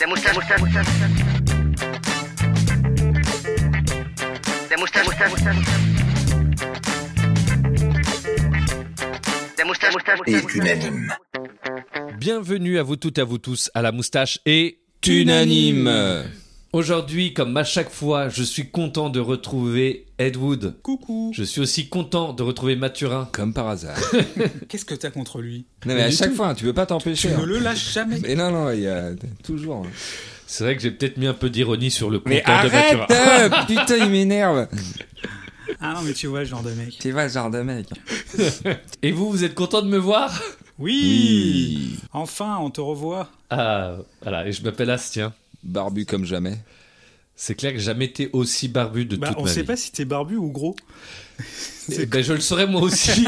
La moustache, moustache, moustache. La moustache, moustache, moustache. La moustache, moustache, et moustache. unanime. Bienvenue à vous toutes et à vous tous à la moustache et unanime. Aujourd'hui, comme à chaque fois, je suis content de retrouver Ed Wood. Coucou. Je suis aussi content de retrouver Mathurin. Comme par hasard. Qu'est-ce que t'as contre lui Non, mais à du chaque tout. fois, hein, tu peux pas t'empêcher. Tu ne hein. le lâches jamais. Mais non, non, il y a toujours. hein. C'est vrai que j'ai peut-être mis un peu d'ironie sur le Mais compteur de arrête Mathurin. euh, Putain, il m'énerve. Ah non, mais tu vois, le genre de mec. Tu vois, ce genre de mec. Et vous, vous êtes content de me voir Oui. Enfin, on te revoit. Ah, voilà, et je m'appelle Astien. Barbu comme jamais. C'est clair que j'ai jamais été aussi barbu de Bah, toute on ma sait vie. pas si t'es barbu ou gros. Eh ben, je le serai moi aussi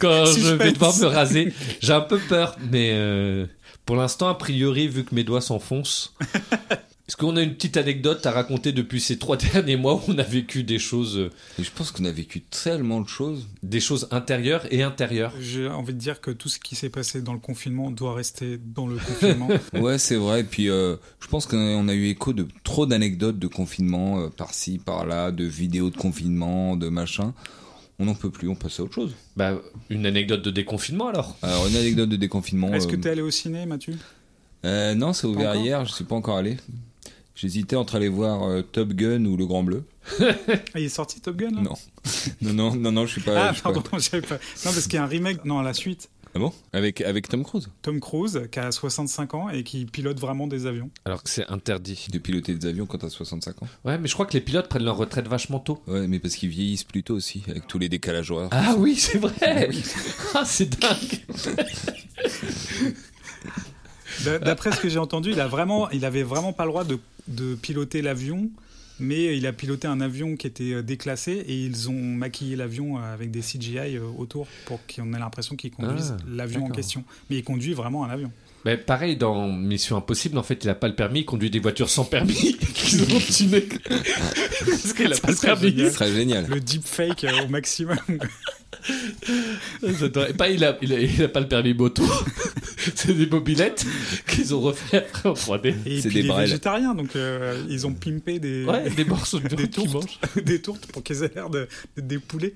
quand Si je je vais fais devoir ça. me raser. J'ai un peu peur, mais euh, pour l'instant, a priori, vu que mes doigts s'enfoncent, est-ce qu'on a une petite anecdote à raconter depuis ces trois derniers mois où on a vécu des choses, euh, Et je pense qu'on a vécu tellement de choses. des choses intérieures et intérieures J'ai envie de dire que tout ce qui s'est passé dans le confinement doit rester dans le confinement. Ouais, c'est vrai. Et puis, euh, je pense qu'on a eu écho de trop d'anecdotes de confinement, euh, par-ci, par-là, de vidéos de confinement, de machin. On n'en peut plus, on passe à autre chose. Bah, une anecdote de déconfinement alors. Alors, une anecdote de déconfinement. Est-ce que euh, t'es allé au ciné, Mathieu euh, Non, c'est ouvert encore hier, je suis pas encore allé. J'hésitais entre aller voir euh, Top Gun ou Le Grand Bleu. Ah, Il est sorti Top Gun là Non. Non, non, non, non, je suis pas. Ah je suis pas- pardon, j'avais pas. Non, parce qu'il y a un remake. Non, la suite. Ah bon avec, avec Tom Cruise, Tom Cruise, qui a 65 ans et qui pilote vraiment des avions. Alors que c'est interdit. de piloter des avions quand t'as 65 ans. Ouais, mais je crois que les pilotes prennent leur retraite vachement tôt. Ouais, mais parce qu'ils vieillissent plus tôt aussi, avec tous les décalages horaires. Ah oui, c'est vrai. Ah, c'est dingue. D'a- D'après ce que j'ai entendu, il a vraiment, il avait vraiment pas le droit de, de piloter l'avion, mais il a piloté un avion qui était euh, déclassé et ils ont maquillé l'avion euh, avec des CGI euh, autour pour qu'on ait l'impression qu'il conduise Ah, l'avion en d'accord. question. Mais il conduit vraiment un avion. Mais pareil, dans Mission Impossible, en fait, il a pas le permis, il conduit des voitures sans permis qu'ils ont tunées. Parce qu'il a pas le serait permis. génial. Ce serait génial. Le deepfake euh, au maximum. J'adore. Et pas, il a, il, a, il a pas le permis moto. C'est des mobilettes qu'ils ont refait après en 3D. Et C'est puis des il est brels. végétarien, donc euh, ils ont pimpé des, Ouais, des morceaux de viande des qui mangent. tourtes, des tourtes pour qu'ils aient l'air de, de des poulets.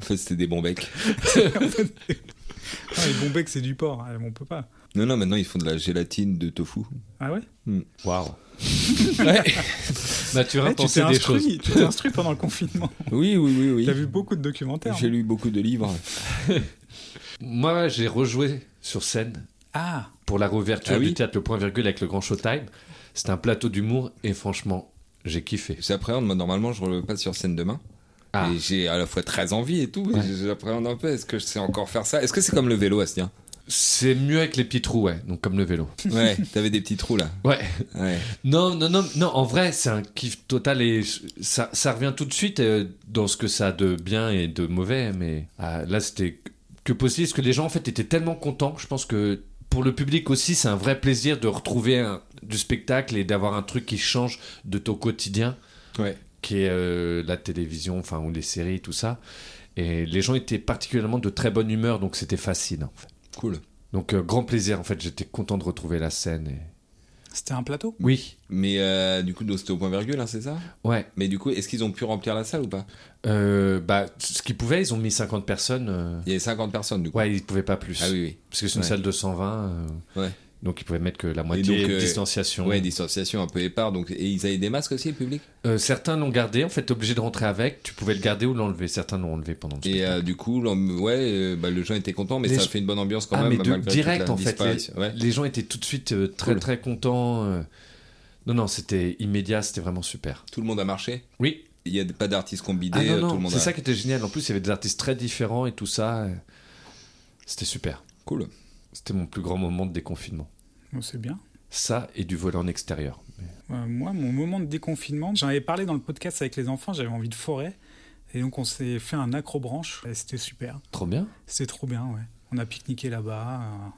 En fait, c'était des bons becs. Ah, les bons becs, c'est du porc, hein, on peut pas. Non, non, maintenant ils font de la gélatine de tofu. Ah ouais Waouh. Ouais. Mathurin Eh, Tu t'es pensait des choses. instruit, tu t'es instruit pendant le confinement. Oui, oui, oui, oui. T'as vu beaucoup de documentaires. J'ai lu beaucoup de livres. Moi, j'ai rejoué sur scène Ah pour la réouverture Ah oui du théâtre Le Point Virgule avec le Grand Showtime. C'était un plateau d'humour et franchement, j'ai kiffé. J'appréhende, moi normalement je repasse sur scène demain. Ah. Et j'ai à la fois très envie et tout, mais Ouais. j'appréhende un peu. Est-ce que je sais encore faire ça Est-ce que c'est comme le vélo, Astien C'est mieux avec les petits trous, ouais, donc comme le vélo. Ouais, t'avais des petits trous là. Ouais. Ouais. Non, non, non, non, en vrai, c'est un kiff total et je- ça, ça revient tout de suite euh, dans ce que ça a de bien et de mauvais, mais ah, là, c'était que possible, parce que les gens, en fait, étaient tellement contents, je pense que pour le public aussi, c'est un vrai plaisir de retrouver un- du spectacle et d'avoir un truc qui change de ton quotidien, Ouais. qui est euh, la télévision, enfin, ou les séries, tout ça. Et les gens étaient particulièrement de très bonne humeur, donc c'était facile, en fait. Cool. Donc, euh, grand plaisir, en fait, j'étais content de retrouver la scène. et- C'était un plateau Oui, Mais euh, du coup, donc, c'était au point virgule, hein, c'est ça ouais. Mais du coup, est-ce qu'ils ont pu remplir la salle ou pas Euh, bah, ce qu'ils pouvaient, ils ont mis 50 personnes. euh, Il y avait 50 personnes du coup. Ouais, ils pouvaient pas plus. Ah oui, oui. Parce que c'est une Ouais. salle de 120. euh, Ouais. Donc ils pouvaient mettre que la moitié donc, de euh, distanciation. Ouais, distanciation un peu épars. Donc, et ils avaient des masques aussi, le public Euh, certains l'ont gardé. En fait, t'es obligé de rentrer avec. Tu pouvais le garder ou l'enlever. Certains l'ont enlevé pendant le Et spectacle. euh, du coup, l'en- ouais, euh, bah, le gens étaient contents, mais Les ça a gens- fait une bonne ambiance quand Ah, mais même. de- malgré toute direct, la en fait. Les, disparition. Ouais. les gens étaient tout de suite euh, très, Cool. très contents. euh. Non, non, c'était immédiat. C'était vraiment super. Tout le monde a marché. Oui. Il n'y a pas d'artistes qui ont bidé. Ah, non, euh, tout le non. monde C'est a... ça qui était génial. En plus, il y avait des artistes très différents et tout ça. euh. C'était super. Cool. Ah, C'était mon plus grand moment de déconfinement. Bon, C'est bien. Ça et du volet en extérieur. Euh, moi, mon moment de déconfinement, j'en avais parlé dans le podcast avec les enfants, j'avais envie de forêt. Et donc, on s'est fait un acrobranche. Et c'était super. Trop bien. C'était trop bien, ouais. On a pique-niqué là-bas. euh,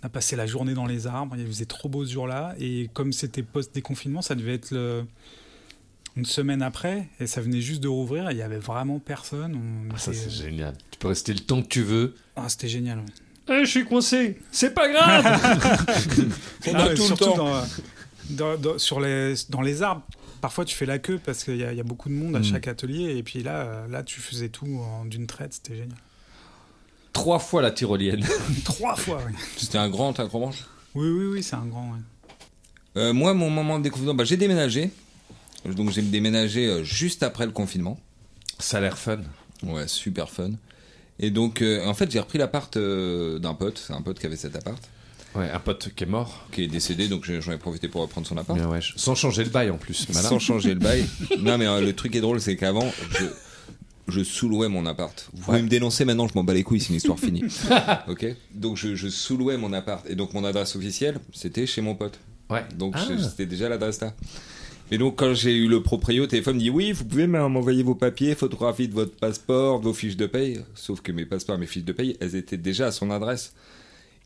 on a passé la journée dans les arbres. Il faisait trop beau ce jour-là. Et comme c'était post-déconfinement, ça devait être le- une semaine après. Et ça venait juste de rouvrir. et Il y avait vraiment personne. On Ah, ça, était- c'est euh, génial. Tu peux rester le temps que tu veux. Ah, c'était génial. ouais. Eh, je suis coincé. C'est pas grave. Ah ouais, surtout dans, dans, dans- sur les, dans les arbres, parfois tu fais la queue parce qu'il y, a- il y a beaucoup de monde à Mm. chaque atelier. Et puis là, euh, là tu faisais tout en- d'une traite, c'était génial. Trois fois la tyrolienne. Trois fois, oui. C'était un grand accroche. Oui, oui, oui, c'est un grand. ouais. Euh, moi, mon moment de découverte, bah, j'ai déménagé. Donc j'ai déménagé euh, juste après le confinement. Ça a l'air fun. Ouais, super fun. Et donc, euh, en fait, j'ai repris l'appart euh, d'un pote. C'est un pote qui avait cet appart, Ouais, un pote qui est mort. qui est décédé, donc j'ai- j'en ai profité pour reprendre son appart. Bien, ouais, je- Sans changer le bail en plus. malin. Oh. Sans changer le bail. non, mais euh, le truc qui est drôle, c'est qu'avant, je, je sous-louais mon appart. Vous pouvez Ouais. me dénoncer maintenant, je m'en bats les couilles, c'est une histoire finie. ok Donc, je, je sous-louais mon appart. Et donc, mon adresse officielle, c'était chez mon pote. Ouais. Donc, Ah. je- c'était déjà l'adresse là. Et donc, quand j'ai eu le proprio au téléphone, il dit Oui, vous pouvez m'envoyer vos papiers, photographie de votre passeport, vos fiches de paye. Sauf que mes passeports, mes fiches de paye, elles étaient déjà à son adresse.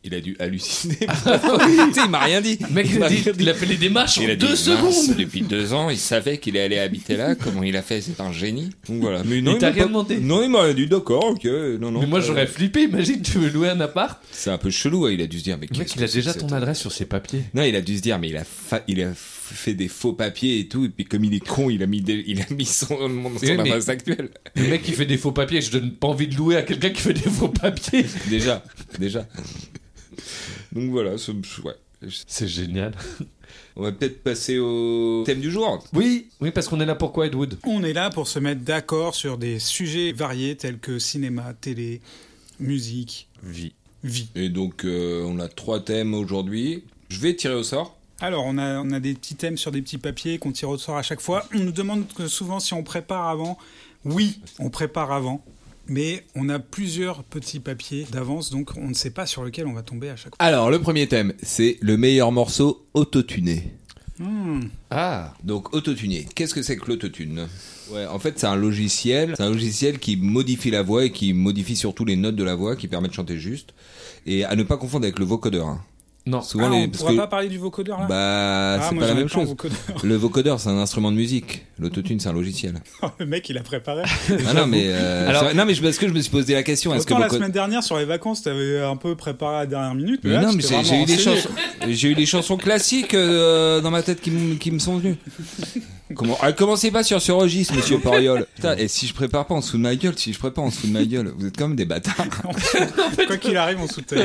Il a dû halluciner. Tu sais, il m'a rien dit. Mec, il Ah. il m'a a, dit- rien dit. il a fait les démarches Il en a dit, deux mince, secondes. Depuis deux ans, il savait qu'il allait habiter là. Comment il a fait C'est un génie. Donc voilà. Mais non, Il t'a m'a rien pas- demandé. Non, il m'a dit d'accord, ok. Non, non. Mais moi euh, j'aurais flippé, imagine tu veux louer un appart. C'est un peu chelou. hein, Il a dû se dire mais Le mec qu'est-ce il a que déjà c'est, ton cette- adresse sur ses papiers. Non, il a dû se dire mais il a fa- il a f- fait des faux papiers et tout. Et puis comme il est con, il a mis des- il a mis son, son Oui, mais- adresse actuelle. Le mec qui fait des faux papiers, je donne pas envie de louer à quelqu'un qui fait des faux papiers. Déjà, déjà. Donc voilà. ce- ouais. C'est génial. On va peut-être passer au thème du jour. Oui, oui parce qu'on est là pour quoi Edwood On est là pour se mettre d'accord sur des sujets variés tels que cinéma, télé, musique, Vie. vie. Et donc euh, on a trois thèmes aujourd'hui. Je vais tirer au sort. Alors, on a, on a des petits thèmes sur des petits papiers qu'on tire au sort à chaque fois. On nous demande que souvent si on prépare avant. Oui, on prépare avant. Mais on a plusieurs petits papiers d'avance, donc on ne sait pas sur lequel on va tomber à chaque fois. Alors, le premier thème, c'est le meilleur morceau autotuné. Hmm. Ah, Donc, autotuné, qu'est-ce que c'est que l'autotune Ouais, en fait, c'est un logiciel. C'est un logiciel qui modifie la voix et qui modifie surtout les notes de la voix, qui permet de chanter juste. Et à ne pas confondre avec le vocodeur. hein. non. Souvent, Ah, les- on ne parce pourra que- pas parler du vocodeur là Bah, Ah, c'est moi, pas la j'en ai même plein au chose. vocodeur. Le vocodeur, c'est un instrument de musique. L'autotune, c'est un logiciel. le mec, il a préparé. Ah non, mais, euh, Alors- c'est vrai- non, mais je- parce que je me suis posé la question. Est-ce que Autant la voco- semaine dernière, sur les vacances, t'avais un peu préparé à la dernière minute. Mais Mais là, non, tu mais t'es j'ai vraiment j'ai eu des renseigné. chansons, j'ai eu des chansons classiques euh, dans ma tête qui, m- qui me sont venues. Comment ah, Commencez pas sur ce registre, monsieur Poriol. Putain, et si je prépare pas, on se fout de ma gueule. Si je prépare, on se fout de ma gueule. Vous êtes quand même des bâtards. Quoi qu'il arrive, on soutient.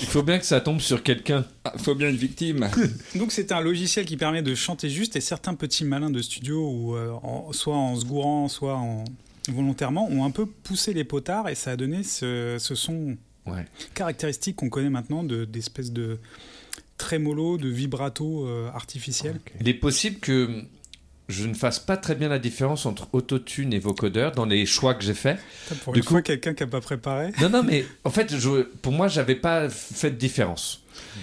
Il faut bien que ça tombe sur quelqu'un. Ah, Faut bien une victime. Donc c'est un logiciel qui permet de chanter juste et certains petits malins de studio, ou euh, en- soit en se gourant, soit en volontairement, ont un peu poussé les potards et ça a donné ce, ce son Ouais. caractéristique qu'on connaît maintenant de- d'espèces de trémolo, de vibrato euh, artificiel. Il est possible que je ne fasse pas très bien la différence entre autotune et vocodeur dans les choix que j'ai faits. Putain, Pour Ah, Du une coup- fois, quelqu'un qui n'a pas préparé. Non, non, mais en fait, je, pour moi, j'avais pas fait de différence.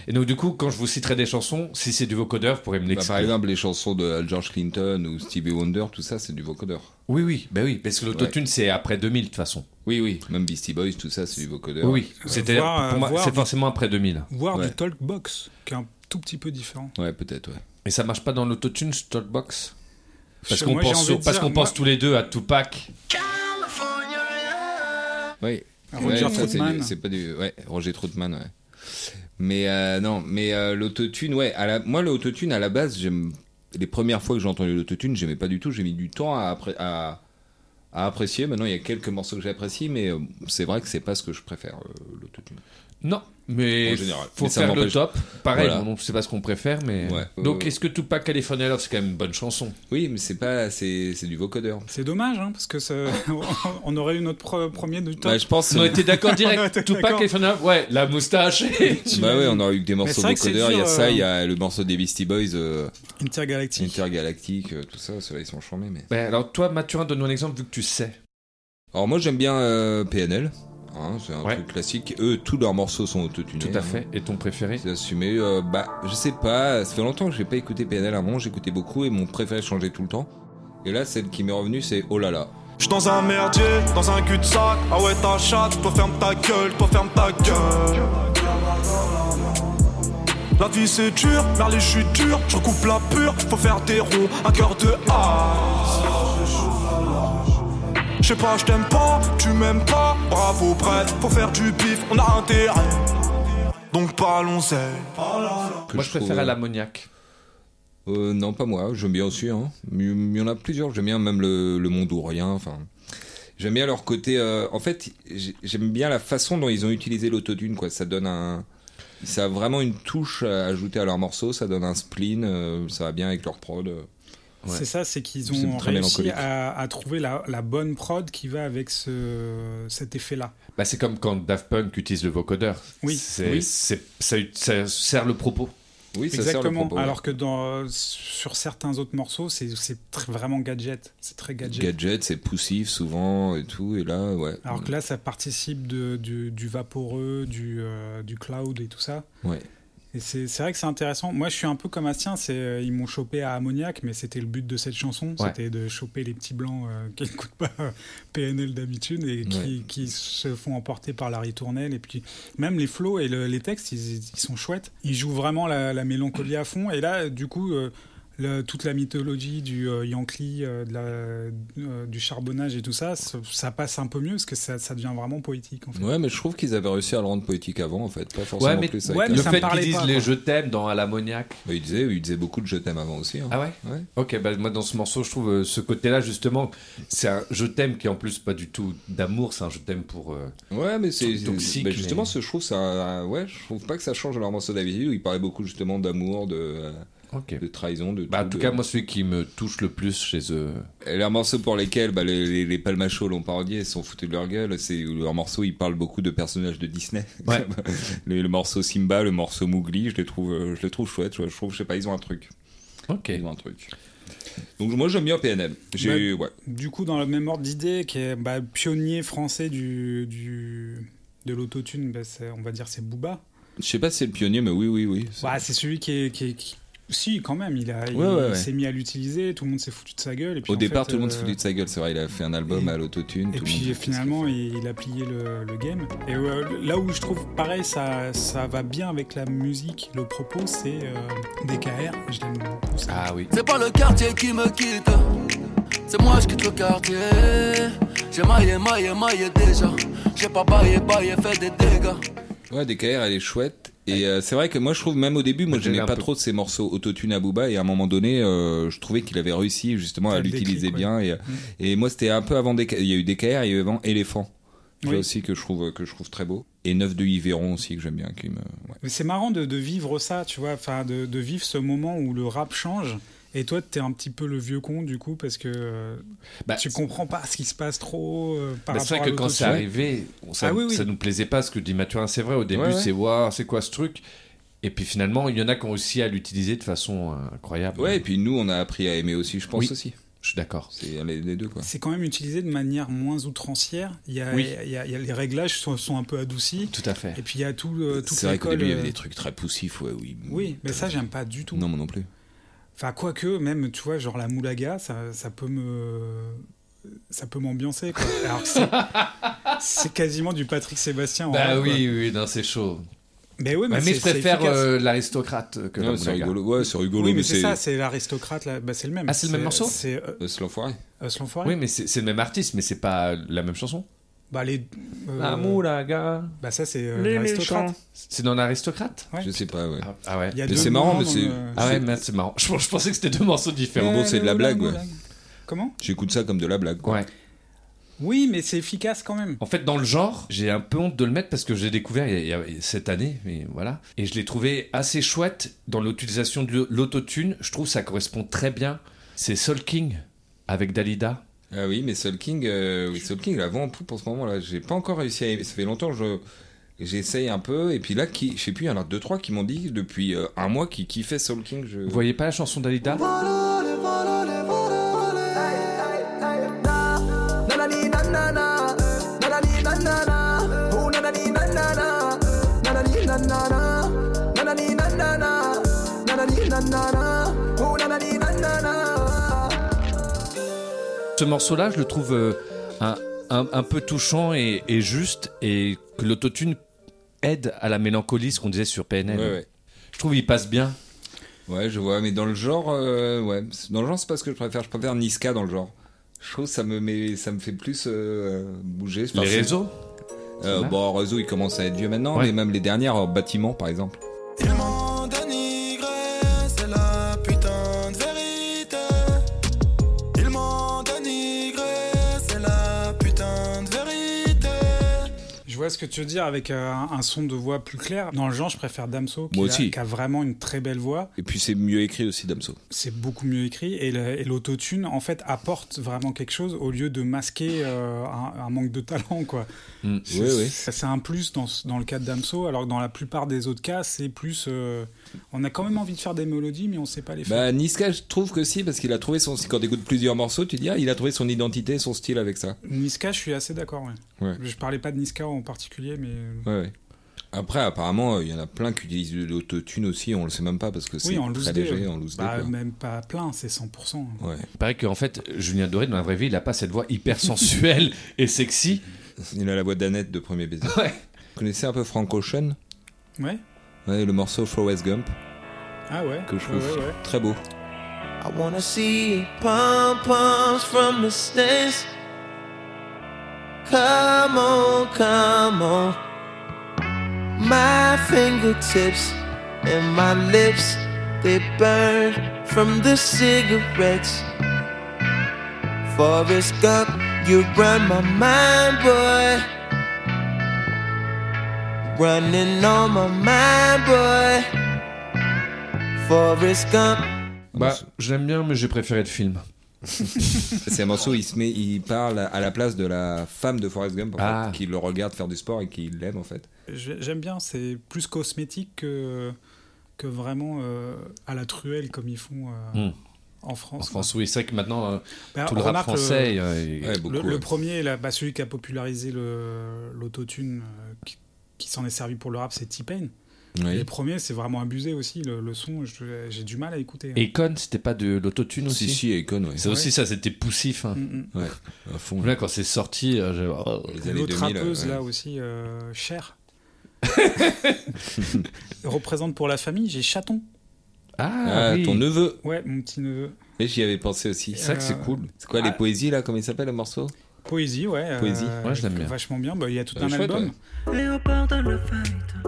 Et donc, du coup, quand je vous citerai des chansons, si c'est du vocodeur, vous pourrez me Bah, par l'expliquer. exemple, les chansons de George Clinton ou Stevie Wonder, tout ça, c'est du vocodeur. oui, oui, bah oui, parce que l'autotune, c'est après 2000, de toute façon. Oui, oui. Même Beastie Boys, tout ça, c'est du vocodeur. Oui, oui. C'est-à-dire, Voir, pour euh, moi, voir c'est du- forcément après 2000. Voire Ouais. du talkbox, qui est un tout petit peu différent. Ouais, peut-être, ouais. Et ça marche pas dans l'autotune, ce Talkbox Parce Je- qu'on moi, j'ai pense, envie sur- de parce dire, qu'on moi- pense tous les deux à Tupac. Oui. Roger Ouais, ça, c'est Troutman. du- C'est pas du. Ouais, Roger Troutman, ouais. Mais euh, non, mais euh, l'autotune, ouais. À la, moi, l'autotune, à la base, j'aime. Les premières fois que j'ai entendu l'autotune, j'aimais pas du tout. J'ai mis du temps à, appré- à, à apprécier. Maintenant, il y a quelques morceaux que j'apprécie, mais euh, c'est vrai que c'est pas ce que je préfère, euh, l'autotune. Non, mais En général. faut Mais ça faire le m'empêche- top. Pareil, Voilà. bon, c'est pas ce qu'on préfère, mais. Ouais. Donc, Euh, est-ce que Tupac California Love, c'est quand même une bonne chanson Oui, mais c'est pas. C'est c'est du vocodeur. C'est dommage, hein, parce que ça- on aurait eu notre pre- premier du top. Bah, je pense. On était d'accord On était direct. Tupac d'accord. California Love, ouais, la moustache. Bah ouais, on aurait eu que des c'est morceaux vrai que c'est vocodeurs. Il y a dur, ça, euh, il y a le morceau des Beastie Boys, euh, Intergalactique. Intergalactique, euh, tout ça. Ceux-là, ils sont charmés, mais. Ouais, Ben, alors toi, Mathurin, donne-nous un exemple vu que tu sais. Alors moi j'aime bien euh, PNL, hein, c'est un Ouais. truc classique. Eux, tous leurs morceaux sont autotunés. Tout à fait. Et ton préféré C'est assumé. Euh, bah je sais pas, ça fait longtemps que j'ai pas écouté PNL. À un moment j'écoutais beaucoup et mon préféré changeait tout le temps. Et là celle qui m'est revenue c'est Oh là là. J'suis dans un merdier, dans un cul-de-sac. Ah ouais, ta chatte, toi ferme ta gueule, toi ferme ta gueule. La vie c'est dur, merde, je suis dur. Je recoupe la pure, faut faire des ronds, un cœur de hache. Je sais pas, je t'aime pas, tu m'aimes pas. Bravo, bref, faut faire du pif, on a intérêt. donc parlons sec. que Moi, je préfère à trouve- l'ammoniac. Euh, non, pas moi. J'aime bien aussi. Hein. Mais il y en a plusieurs. J'aime bien même le, le Mondourien. Enfin, j'aime bien leur côté. euh, en fait, j'ai- j'aime bien la façon dont ils ont utilisé l'autotune. Quoi, ça donne un. Ça a vraiment une touche à ajouter à leur morceau. Ça donne un spleen. euh, ça va bien avec leur prod. euh. Ouais. C'est ça, c'est qu'ils C'est ont très réussi mélancolique. à, à trouver la, la bonne prod qui va avec ce, cet effet-là. Bah, c'est comme quand Daft Punk utilise le vocodeur. Oui, C'est, oui. c'est- ça, ça sert le propos. Oui, ça sert le Exactement. propos. Alors que dans, sur certains autres morceaux, c'est c'est tr- vraiment gadget. C'est très gadget. gadget, c'est poussif souvent et tout. Et là, ouais. Alors que là, ça participe de, du, du vaporeux, du, euh, du cloud et tout ça. Ouais. Et c'est c'est vrai que c'est intéressant. Moi, je suis un peu comme Astien. c'est, euh, ils m'ont chopé à Ammoniac, mais c'était le but de cette chanson. C'était de choper les petits blancs euh, qui n'écoutent pas euh, PNL d'habitude et qui, Ouais. qui se font emporter par la ritournelle. Et puis, même les flots et le- les textes, ils, ils sont chouettes. Ils jouent vraiment la, la mélancolie à fond. Et là, du coup, euh, le- toute la mythologie du euh, Yankee, euh, de la- euh, du charbonnage et tout ça, ça, ça passe un peu mieux parce que ça, ça devient vraiment poétique. En fait. Ouais, mais je trouve qu'ils avaient réussi à le rendre poétique avant, en fait. Pas forcément Ouais, mais- plus. avec ouais, un- Ah, mais le ça me fait qu'ils parlait disent pas, les quoi. je t'aime dans à l'ammoniac. Mais ils disaient, ils disaient beaucoup de je t'aime avant aussi. hein. Ah ouais Ouais. Ok, bah moi dans ce morceau, je trouve euh, ce côté-là, justement, c'est un je t'aime qui est en plus pas du tout d'amour, c'est un je t'aime pour. euh, Ouais, mais c'est Truc toxique, bah, justement, mais- ce- je trouve ça. Ouais, je trouve pas que ça change leur morceau d'habitude où ils parlaient beaucoup justement d'amour, de, euh, Ok. de trahison, de. Bah, en tout, tout de- cas, moi, celui qui me touche le plus chez euh, eux. Et leurs morceaux pour lesquels bah, les, les, les palmachos l'ont parodié, ils se sont foutus de leur gueule. C'est où leurs morceaux, ils parlent beaucoup de personnages de Disney. Ouais. le, le morceau Simba, le morceau Mowgli, je les trouve, euh, je les trouve chouettes. Je, je trouve, je sais pas, ils ont un truc. Ok. Ils ont un truc. Donc moi, j'aime bien PNL. J'ai ouais. Du coup, dans le même ordre d'idée, qui est bah, pionnier français du, du- de l'autotune, bah, c'est- on va dire c'est Booba. Je sais pas si c'est le pionnier, mais oui, oui, oui. C'est- Bah, c'est celui qui est, qui est- qui- Si, quand même, il a- il Ouais, ouais, ouais. s'est mis à l'utiliser, tout le monde s'est foutu de sa gueule. Et puis, Au en départ, fait, tout le monde euh, se foutait de sa gueule, c'est vrai. Il a fait un album et- à l'autotune. Et tout le monde- puis finalement, il, il a plié le, le game. Et euh, là où je trouve pareil, ça, ça va bien avec la musique, le propos, c'est euh, DKR. Je l'aime beaucoup. ça. Ah oui. C'est pas le quartier qui me quitte, c'est moi je quitte le quartier. J'ai maillé, maillé, maillé déjà. J'ai pas baillé, baillé, fait des dégâts. Ouais, DKR, elle est chouette. Et euh, c'est vrai que moi, je trouve même au début, moi, Elle je n'aimais est un pas peu- trop de ces morceaux autotune à Booba. Et à un moment donné, euh, je trouvais qu'il avait réussi justement à Ah, le l'utiliser déclic, ouais. bien. Mm. Et, euh, et moi, c'était un peu avant DKR. Il y a eu DKR, il y a eu avant Elephant. J'ai Oui. aussi que je trouve que je trouve très beau. Et 9 de Yveron aussi que j'aime bien. Qui me... ouais. Mais c'est marrant de, de vivre ça, tu vois, enfin de, de vivre ce moment où le rap change. Et toi, t'es un petit peu le vieux con du coup parce que euh, Bah, tu comprends pas ce qui se passe trop euh, par Bah, rapport c'est vrai à que quand c'est l'autotune. arrivé, on- ça, Ah oui, oui. ça nous plaisait pas ce que dit Mathurin. C'est vrai, au début, Ouais, ouais. c'est waouh, c'est quoi ce truc Et puis finalement, il y en a qui ont réussi à l'utiliser de façon euh, incroyable. Ouais, et puis nous, on a appris à aimer aussi, je pense Oui. aussi. je suis d'accord. C'est les, les deux, quoi. C'est quand même utilisé de manière moins outrancière. Il y a, Oui. il y a- il y a- les réglages sont, sont un peu adoucis. Tout à fait. Et puis il y a tout, euh, toute C'est vrai qu'au l'école, début, il y avait euh, des trucs très poussifs. Ouais, oui. Oui, mais ça j'aime pas du tout. Non, moi non plus. Enfin quoique même, tu vois, genre la moulaga, ça, ça peut me, ça peut m'ambiancer. quoi. Alors que c'est- c'est quasiment du Patrick Sébastien. en Bah rap, quoi. oui, oui, non, c'est chaud. Mais oui, mais, Mais, c'est- je c'est préfère efficace. euh, l'aristocrate que Non, la c'est Moulaga. rigolo. Ouais, c'est rigolo. Oui, mais c'est ça, c'est l'aristocrate, là. Bah, c'est le même. Ah, c'est le même morceau C'est euh, Euh, C'est l'enfoiré. Us l'Enfoiré. Oui, mais c'est c'est le même artiste, mais c'est pas la même chanson. Bah, les. euh, Moulaga. Bah, ça, c'est euh, l'aristocrate. C'est dans l'aristocrate Ouais. Je sais pas, ouais. ah, ah ouais. Il y a Mais deux c'est marrant, moments mais dans euh, c'est- le- Ah ouais, mais c'est marrant. Je, je pensais que c'était deux morceaux différents. en gros, c'est de la blague, ouais. Comment J'écoute ça comme de la blague, quoi. Ouais. Oui, mais c'est efficace quand même. En fait, dans le genre, j'ai un peu honte de le mettre parce que j'ai découvert il y a- il y a- cette année, mais voilà. Et je l'ai trouvé assez chouette dans l'utilisation de l'autotune. Je trouve que ça correspond très bien. C'est Soul King avec Dalida. Ah oui, mais Soul King, euh, oui, Soul King, la vent en poupe en ce moment là. J'ai pas encore réussi à aimer. Ça fait longtemps que je j'essaye un peu. Et puis là, qui, je sais plus, il y en a deux trois qui m'ont dit depuis euh, un mois qui kiffaient Soul King. Je... Vous voyez pas la chanson Dalida Ce morceau-là, je le trouve euh, un, un- un peu touchant et, et juste, et que l'autotune aide à la mélancolie, ce qu'on disait sur Ouais, PNL. ouais. Je trouve qu'il passe bien. Ouais, je vois. Mais dans le genre, euh, ouais, C'est- dans le genre, c'est pas ce que je préfère. Je préfère Niska dans le genre. Je trouve que ça me met, ça me fait plus euh, bouger. Enfin, Les c'est- réseaux Euh, bon, Rezo, il commence à être vieux maintenant, Ouais. mais même les dernières, euh, Bâtiment par exemple. Ils m'ont dénigré, c'est la putain de vérité. Ils m'ont dénigré, c'est la putain de vérité. Je vois ce que tu veux dire avec euh, un un son de voix plus clair. Dans le genre, je préfère Damso, qui, Moi a, aussi. qui a vraiment une très belle voix. Et puis c'est mieux écrit aussi, Damso. C'est beaucoup mieux écrit et le- et l'autotune, en fait, apporte vraiment quelque chose au lieu de masquer euh, un, un manque de talent, quoi. Mm. C'est- Oui, oui. C'est c'est un plus dans, ce- dans le cas de Damso, alors que dans la plupart des autres cas, c'est plus... euh, on a quand même envie de faire des mélodies, mais on sait pas les faire. Bah, Niska, je trouve que si, parce qu'il a trouvé son. Quand t'écoutes plusieurs morceaux, tu dis, ah, il a trouvé son identité, son style avec ça. Niska, je suis assez d'accord, ouais. Ouais. Je parlais pas de Niska en particulier, mais... euh, Ouais, ouais. Après, apparemment, euh, il y en a plein qui utilisent de l'autotune aussi, on le sait même pas parce que c'est Oui, en loose très day, léger, euh, en loose day, bah, quoi. même pas plein, c'est 100%. Ouais. Il paraît qu'en fait, Julien Doré, dans la vraie vie, il a pas cette voix hyper sensuelle et sexy. Il a la voix d'Annette de Premier Baiser. Ouais. Vous connaissez un peu Frank Ocean Ouais Ouais, Le morceau Forrest Gump, Ah ouais que je Ouais, trouve ouais, ouais. très beau. I wanna see pom poms from the stands. Come on, come on. My fingertips and my lips, they burn from the cigarettes. Forrest Gump, you run my mind, boy. Running on my mind, boy. Forrest Gump. Bah, je l'aime bien, mais j'ai préféré le film. C'est un morceau, il, se met, il parle à la place de la femme de Forrest Gump, en fait, Ah. qui le regarde faire du sport et qui l'aime en fait. J'ai- J'aime bien, c'est plus cosmétique que, que vraiment euh, à la truelle comme ils font euh, Mm. en En France. France, oui, c'est vrai que maintenant, euh, Ah, Bah, tout le rap remarque, français. euh, est- Ouais, le, beaucoup. le ouais. premier, là, bah, celui qui a popularisé le- l'autotune, euh, qui, qui s'en est servi pour le rap, c'est T-Pain. Oui. Les premiers, c'est vraiment abusé aussi, le, le son, je- j'ai du mal à écouter. hein. Et Con, c'était pas de l'autotune aussi Si, si, Akon, ouais. C'est aussi ça, c'était poussif. hein. Mm, mm. À fond. Là, quand c'est sorti, euh, j'ai- oh. Les années L'autre 2000, rappeuse, ouais. là aussi, euh, Cher. représente pour la famille, j'ai Chaton. ah, Ah, oui. ton neveu. Ouais, mon petit neveu. Mais j'y avais pensé aussi. C'est vrai que c'est Euh, cool. C'est quoi les Ah. poésies là Comment il s'appelle le morceau Poésie, ouais. euh, Poésie. Ouais, je l'aime bien. Vachement bien. Bah, Il y a tout Euh, un chouette, album. ouais. Léopard dans la fête.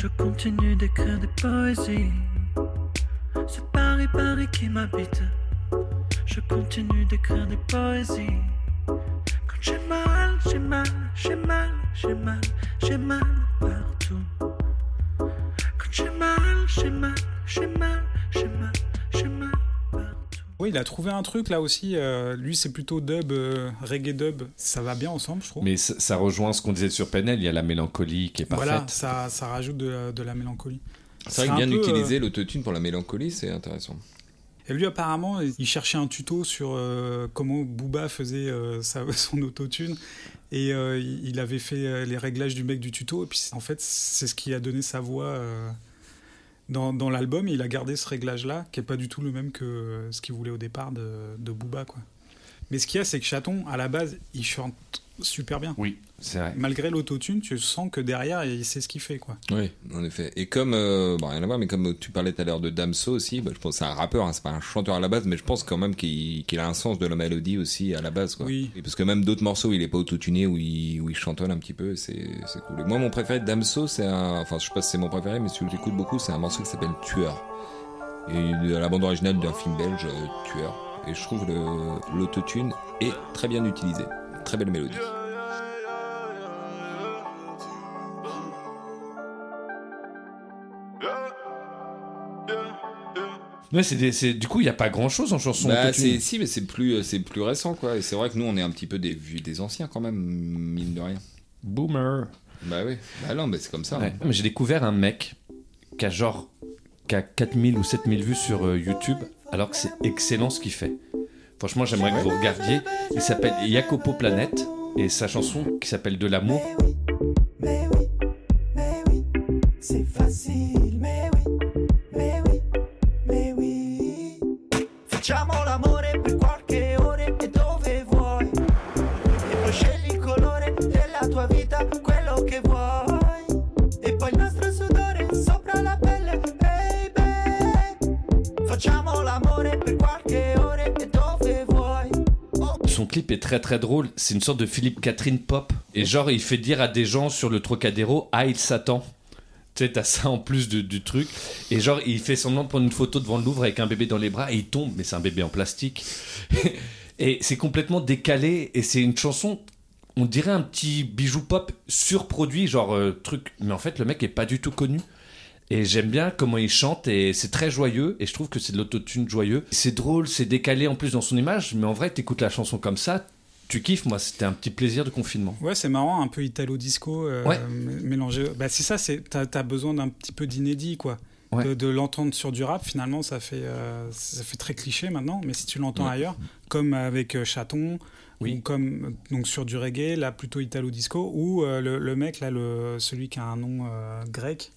Je continue d'écrire des poésies. C'est Paris, Paris qui m'habite. Je continue d'écrire des poésies. Quand j'ai mal, j'ai mal, j'ai mal, j'ai mal, j'ai mal partout. Quand j'ai mal, j'ai mal, j'ai mal, j'ai mal, j'ai mal partout. Oui, il a trouvé un truc là aussi. euh, lui, c'est plutôt dub, euh, reggae dub. Ça va bien ensemble, je trouve. Mais ça, ça rejoint ce qu'on disait sur Penel, il y a la mélancolie qui est parfaite. voilà, ça, ça rajoute de la, de la mélancolie. C'est vrai un que bien peu, utiliser l'autotune pour la mélancolie, c'est intéressant. euh, Et lui, apparemment, il cherchait un tuto sur euh, comment Booba faisait euh, sa- son autotune. Et euh, il il avait fait euh, les réglages du mec du tuto. Et puis, en fait, c'est ce qui a donné sa voix euh, dans, dans l'album. Et il a gardé ce réglage-là, qui est pas du tout le même que euh, ce qu'il voulait au départ de, de Booba. Quoi. Mais ce qu'il y a, c'est que Chaton, à la base, il chante super bien. Oui, c'est vrai. malgré l'autotune, tu sens que derrière, il sait ce qu'il fait, quoi. Oui, en effet. Et comme, euh, bon, rien à voir, mais comme tu parlais tout à l'heure de Damso aussi, bah, je pense que c'est un rappeur, hein, c'est pas un chanteur à la base, mais je pense quand même qu'il qu'il a un sens de la mélodie aussi à la base. Quoi. Oui. Et parce que même d'autres morceaux, il est pas autotuné ou il, où il chantonne un petit peu, c'est c'est cool. Et moi, mon préféré de Damso, c'est un. Enfin, je sais pas si c'est mon préféré, mais celui que j'écoute beaucoup, c'est un morceau qui s'appelle Tueur. Et de la bande originale d'un film belge, euh, Tueur. Et je trouve le- l'autotune est très bien utilisé. Très belle mélodie. Mais c'est des- c'est- du coup, il n'y a pas grand chose en chanson. Bah, autotune. c'est si mais c'est plus euh, c'est plus récent quoi et c'est vrai que nous on est un petit peu des vieux- des anciens quand même mine de rien. Boomer. Bah oui. Bah non mais c'est comme ça. Ouais. hein. Mais j'ai découvert un mec qui a genre qui a 4000 ou 7000 vues sur euh, YouTube, alors que c'est excellent ce qu'il fait. Franchement, j'aimerais que vous regardiez. Il s'appelle Jacopo Planète et sa chanson qui s'appelle De l'amour. Mais oui, mais oui, mais oui, c'est facile, mais oui, mais oui, mais oui. Facciamo l'amore per qualche ora e dove vuoi. E poi scegli il colore della tua vita, quello che vuoi. E poi il nostro sudore sopra la pelle, baby. Facciamo l'amore per qualche ora e dove vuoi. Oh, son clip est très très drôle. C'est une sorte de Philippe Catherine pop. Et genre, il fait dire à des gens sur le Trocadéro Ah, il s'attend. Tu sais, t'as ça en plus du, du truc. Et genre, il fait semblant de prendre une photo devant le Louvre avec un bébé dans les bras et il tombe, mais c'est un bébé en plastique. et c'est complètement décalé. Et c'est une chanson, on dirait un petit bijou pop surproduit, genre euh, truc. Mais en fait, le mec est pas du tout connu. Et j'aime bien comment il chante et c'est très joyeux et je trouve que c'est de l'autotune joyeux. C'est drôle, c'est décalé en plus dans son image, mais en vrai, t'écoutes la chanson comme ça, tu kiffes. Moi, c'était un petit plaisir de confinement. Ouais, c'est marrant, un peu italo-disco euh, Ouais. m- mélangé. Bah, c'est ça, c'est, t'as, t'as besoin d'un petit peu d'inédit, quoi. Ouais. De, de l'entendre sur du rap, finalement, ça fait, euh, ça fait très cliché maintenant, mais si tu l'entends ailleurs, comme avec euh, Chaton, Oui. ou comme donc sur du reggae, là plutôt italo-disco, ou euh, le, le mec, là, le, celui qui a un nom euh, grec,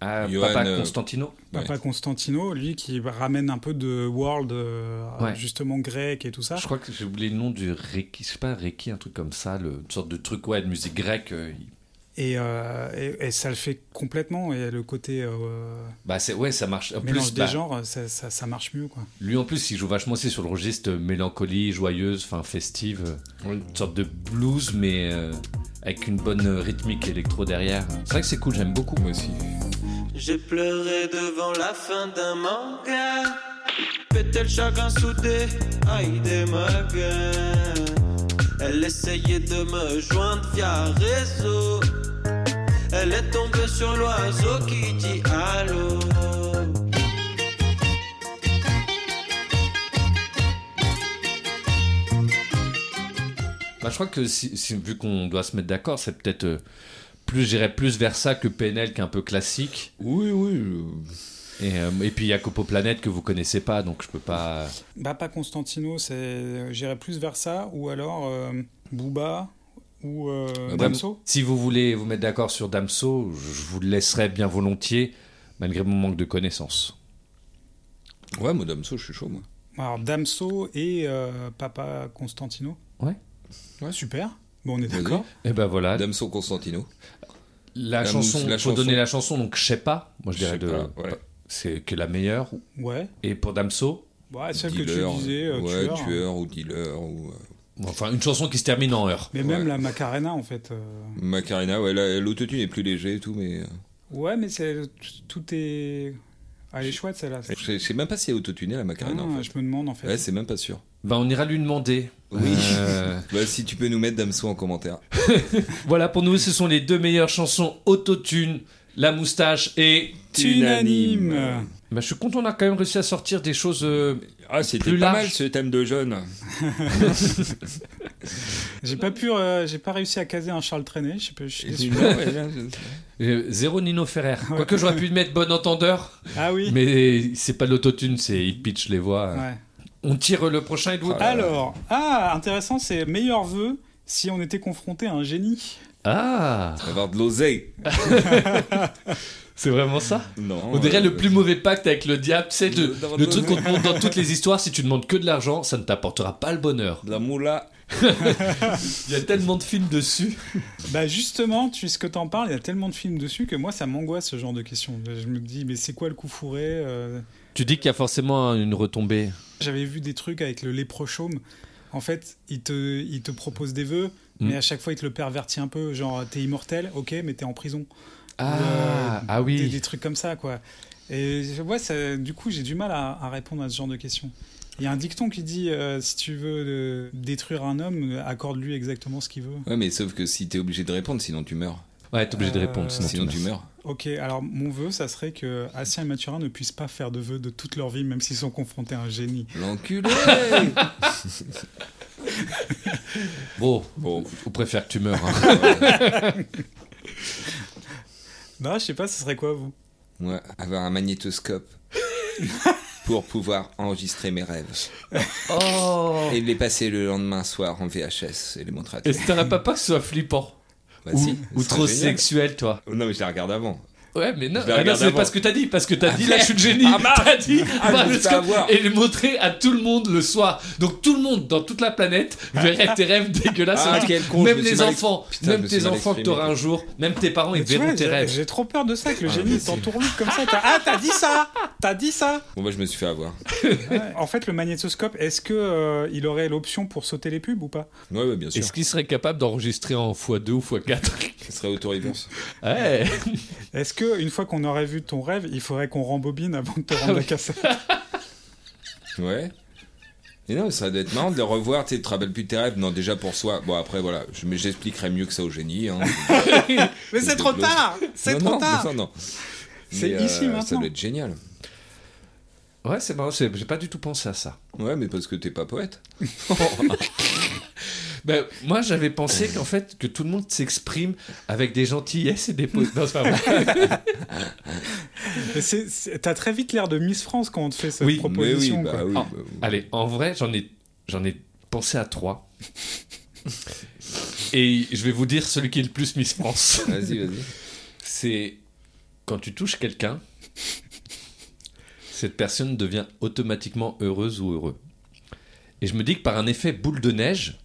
Ah, Johan, Papa euh, Constantino. Papa Constantino, lui qui ramène un peu de world, euh, Ouais. justement grec et tout ça. Je crois que j'ai oublié le nom du Reiki, je sais pas, Reiki, un truc comme ça, le, une sorte de truc, ouais, de musique grecque. euh, il- Et, euh, et- et ça le fait complètement, et le côté. euh, Bah, c'est, ouais, ça marche. En mélange plus, des bah, genres, ça, ça, ça marche mieux. Quoi. lui en plus, il joue vachement aussi sur le registre euh, mélancolie, joyeuse, enfin festive. euh, Une sorte de blues, mais euh, avec une bonne euh, rythmique électro derrière. C'est vrai que c'est cool, j'aime beaucoup. Moi aussi. J'ai pleuré devant la fin d'un manga. Pété le chagrin soudé, aïe des magasins. Elle essayait de me joindre via réseau. Elle est tombée sur l'oiseau qui dit allô. Bah, je crois que si, si- vu qu'on doit se mettre d'accord, c'est peut-être euh, plus, j'irais plus vers ça que PNL, qui est un peu classique. Oui, oui. euh, Et, euh, et puis il y a Copoplanète que vous connaissez pas, donc je peux Euh, pas. Bah, pas Constantino, c'est euh, j'irais plus vers ça, ou alors euh, Booba, ou euh, Bah, Damso. Si vous voulez vous mettre d'accord sur Damso, je je vous le laisserai bien volontiers, malgré mon manque de connaissances. Ouais, Madame So, je suis chaud, moi. Alors Damso et euh, Papa Constantino. Ouais. Ouais, super. Bon, on est Vas-y. d'accord. Et ben voilà, Madame So Constantino. la, la chanson, mousse, la faut chanson. donner la chanson, donc je sais pas, moi je Je dirais sais de. pas, ouais. C'est que la meilleure. Ouais. Et pour Damso, Ouais, celle que Dealer. tu disais, euh, ouais, tueur. tueur. ou dealer. Ou, euh, enfin une chanson qui se termine en heure. Mais même Ouais. la Macarena, en fait. euh, Macarena, ouais, là, l'autotune est plus léger et tout, mais. euh, Ouais, mais c'est tout est. Ah, elle est chouette celle-là. Je sais- je sais même pas si elle est autotunée, la Macarena, Ah, en fait. Je me demande en fait. Ouais, c'est même pas sûr. Ben on ira lui demander. Oui. Euh, Bah, si tu peux nous mettre Damso en commentaire. voilà pour nous, ce sont les deux meilleures chansons autotune, la moustache et. Unanime. Ben, je suis content, on a quand même réussi à sortir des choses. euh, Ah, c'était Plus pas large. mal ce thème de jeune. J'ai pas pu, euh, j'ai pas réussi à caser un Charles Trenet. Je sais pas. je suis déçu. euh, zéro Nino Ferrer. Quoique j'aurais pu mettre bon entendeur, Ah oui. mais c'est pas de l'autotune, c'est il pitch les voix. Ouais. On tire le prochain et Ah, Alors, ah, intéressant, c'est meilleur vœu si on était confronté à un génie. Ah, Avoir de l'oseille. c'est vraiment ça Non. On dirait euh, le plus mauvais pacte avec le diable, c'est le- le, le truc qu'on te montre dans toutes les histoires, si tu demandes que de l'argent, ça ne t'apportera pas le bonheur. de La moula. Il y a tellement de films dessus. Bah justement, tu ce que t'en parles, il y a tellement de films dessus que moi ça m'angoisse ce genre de questions. Je me dis mais c'est quoi le coup fourré euh, Tu dis qu'il y a forcément une retombée. J'avais vu des trucs avec le léprochaume. En fait, il te, il te propose des vœux, mais Mm. à chaque fois il te le pervertit un peu. Genre t'es immortel, ok, mais t'es en prison. Ah, ah Des, oui. des trucs comme ça quoi. Et ouais, ça, du coup j'ai du mal à, à répondre à ce genre de questions. Il y a un dicton qui dit euh, si tu veux euh, détruire un homme, accorde-lui exactement ce qu'il veut. Ouais, mais sauf que si t'es obligé de répondre, sinon tu meurs. Ouais, t'es obligé de répondre, Euh, sinon, sinon tu tu meurs. meurs. Ok, alors mon vœu, ça serait que Asien et Mathurin ne puissent pas faire de vœux de toute leur vie, même s'ils sont confrontés à un génie. L'enculé Bon, Bon. on préfère que tu meurs. hein. Non, je sais pas, ça serait quoi, vous Ouais, avoir un magnétoscope. Pour pouvoir enregistrer mes rêves. Oh Et les passer le lendemain soir en VHS et les montrer à Et toi. si t'en as pas peur que ce soit flippant Bah Ou, si, ce ou serait trop génial. sexuel, toi Non, mais je la regarde avant. Ouais, mais non, Je la ah non, regarde c'est avant. pas ce que t'as dit, parce que t'as dit la chute génie. Ah, mince. t'as dit Ah, je pas me le fais scoop, avoir. et le montrer à tout le monde le soir. Donc tout le monde dans toute la planète verrait tes rêves dégueulasses. Ah, en tout- quel con, je même me suis les mal- enfants, Putain, je même me suis tes mal enfants que exprimé, t'auras quoi. un jour, même tes parents, ils Mais tu vois, verront tes j'ai- rêves. J'ai trop peur de ça, que le Ah, génie mais il c'est- s'entourloupe comme ça. T'as- Ah, t'as dit ça T'as dit ça Bon, bah, je me suis fait avoir. En fait, le magnétoscope, est-ce que euh, il aurait l'option pour sauter les pubs ou pas Ouais, ouais, bien sûr. Est-ce qu'ils seraient capables d'enregistrer en x2 ou x4 Ce serait autoréponse. Ouais. Est-ce que une fois qu'on aurait vu ton rêve, il faudrait qu'on rembobine avant de te rendre la cassette Ouais. Mais non, ça doit être marrant de le revoir, tu sais, tu te rappelles plus de tes rêves. Non, déjà pour soi. Bon, après, voilà, je- mais j'expliquerai mieux que ça au génie. hein. Mais c'est trop tard Non, non, mais non, non. C'est Mais, euh, ici, Ça maintenant. doit être génial. Ouais, c'est marrant, c'est- j'ai pas du tout pensé à ça. Ouais, mais parce que t'es pas poète. Ben, moi, j'avais pensé qu'en fait, que tout le monde s'exprime avec des gentillesses et des pauses. Non, c'est pas vrai. Mais c'est- c'est- T'as très vite l'air de Miss France quand on te fait cette Oui, mais Mais oui, proposition. bah quoi. oui. Ah, bah oui. Allez, en vrai, j'en ai, j'en ai pensé à trois. Et je vais vous dire celui qui est le plus Miss France. Vas-y, vas-y. C'est quand tu touches quelqu'un, cette personne devient automatiquement heureuse ou heureux. Et je me dis que par un effet boule de neige,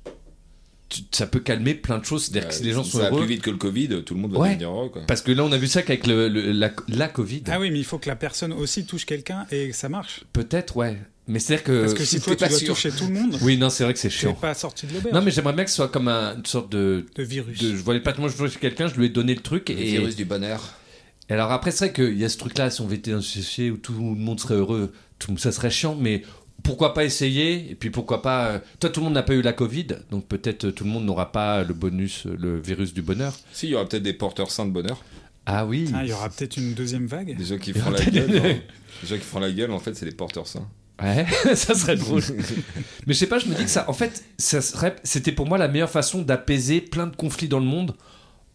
tu- ça peut calmer plein de choses. C'est-à-dire que si les gens Bah, ça sont va heureux. plus vite que le Covid, tout le monde va Ouais. devenir heureux, quoi. Parce que là, on a vu ça qu'avec le- le- la, la Covid. Ah oui, mais il faut que la personne aussi touche quelqu'un et que ça marche. Peut-être, ouais. Mais c'est-à-dire que. Parce que si toi t'es tu pas dois sûr. toucher tout le monde, Oui, non, c'est vrai que c'est tu n'es chiant. pas sorti de l'auberge. Non, mais j'aimerais bien que ce soit comme un- une sorte de. De virus. Hein, de- je voyais pas, moi je voyais quelqu'un, je lui ai donné le truc. Le Et, virus du bonheur. et alors après, c'est vrai qu'il y a ce truc-là, si on était dans une société où tout le monde serait heureux, tout, ça serait chiant, mais pourquoi pas essayer Et puis pourquoi pas. euh, Toi, tout le monde n'a pas eu la Covid, donc peut-être euh, tout le monde n'aura pas le bonus, euh, le virus du bonheur. Si, il y aura peut-être des porteurs sains de bonheur. Ah oui Ah, il y aura peut-être une deuxième vague. Des gens qui y font aura la peut-être gueule. des- hein. Les gens qui font la gueule, en fait, c'est les porteurs sains. Ouais, ça serait drôle. Mais je sais pas, je me dis que ça, en fait, ça serait, c'était pour moi la meilleure façon d'apaiser plein de conflits dans le monde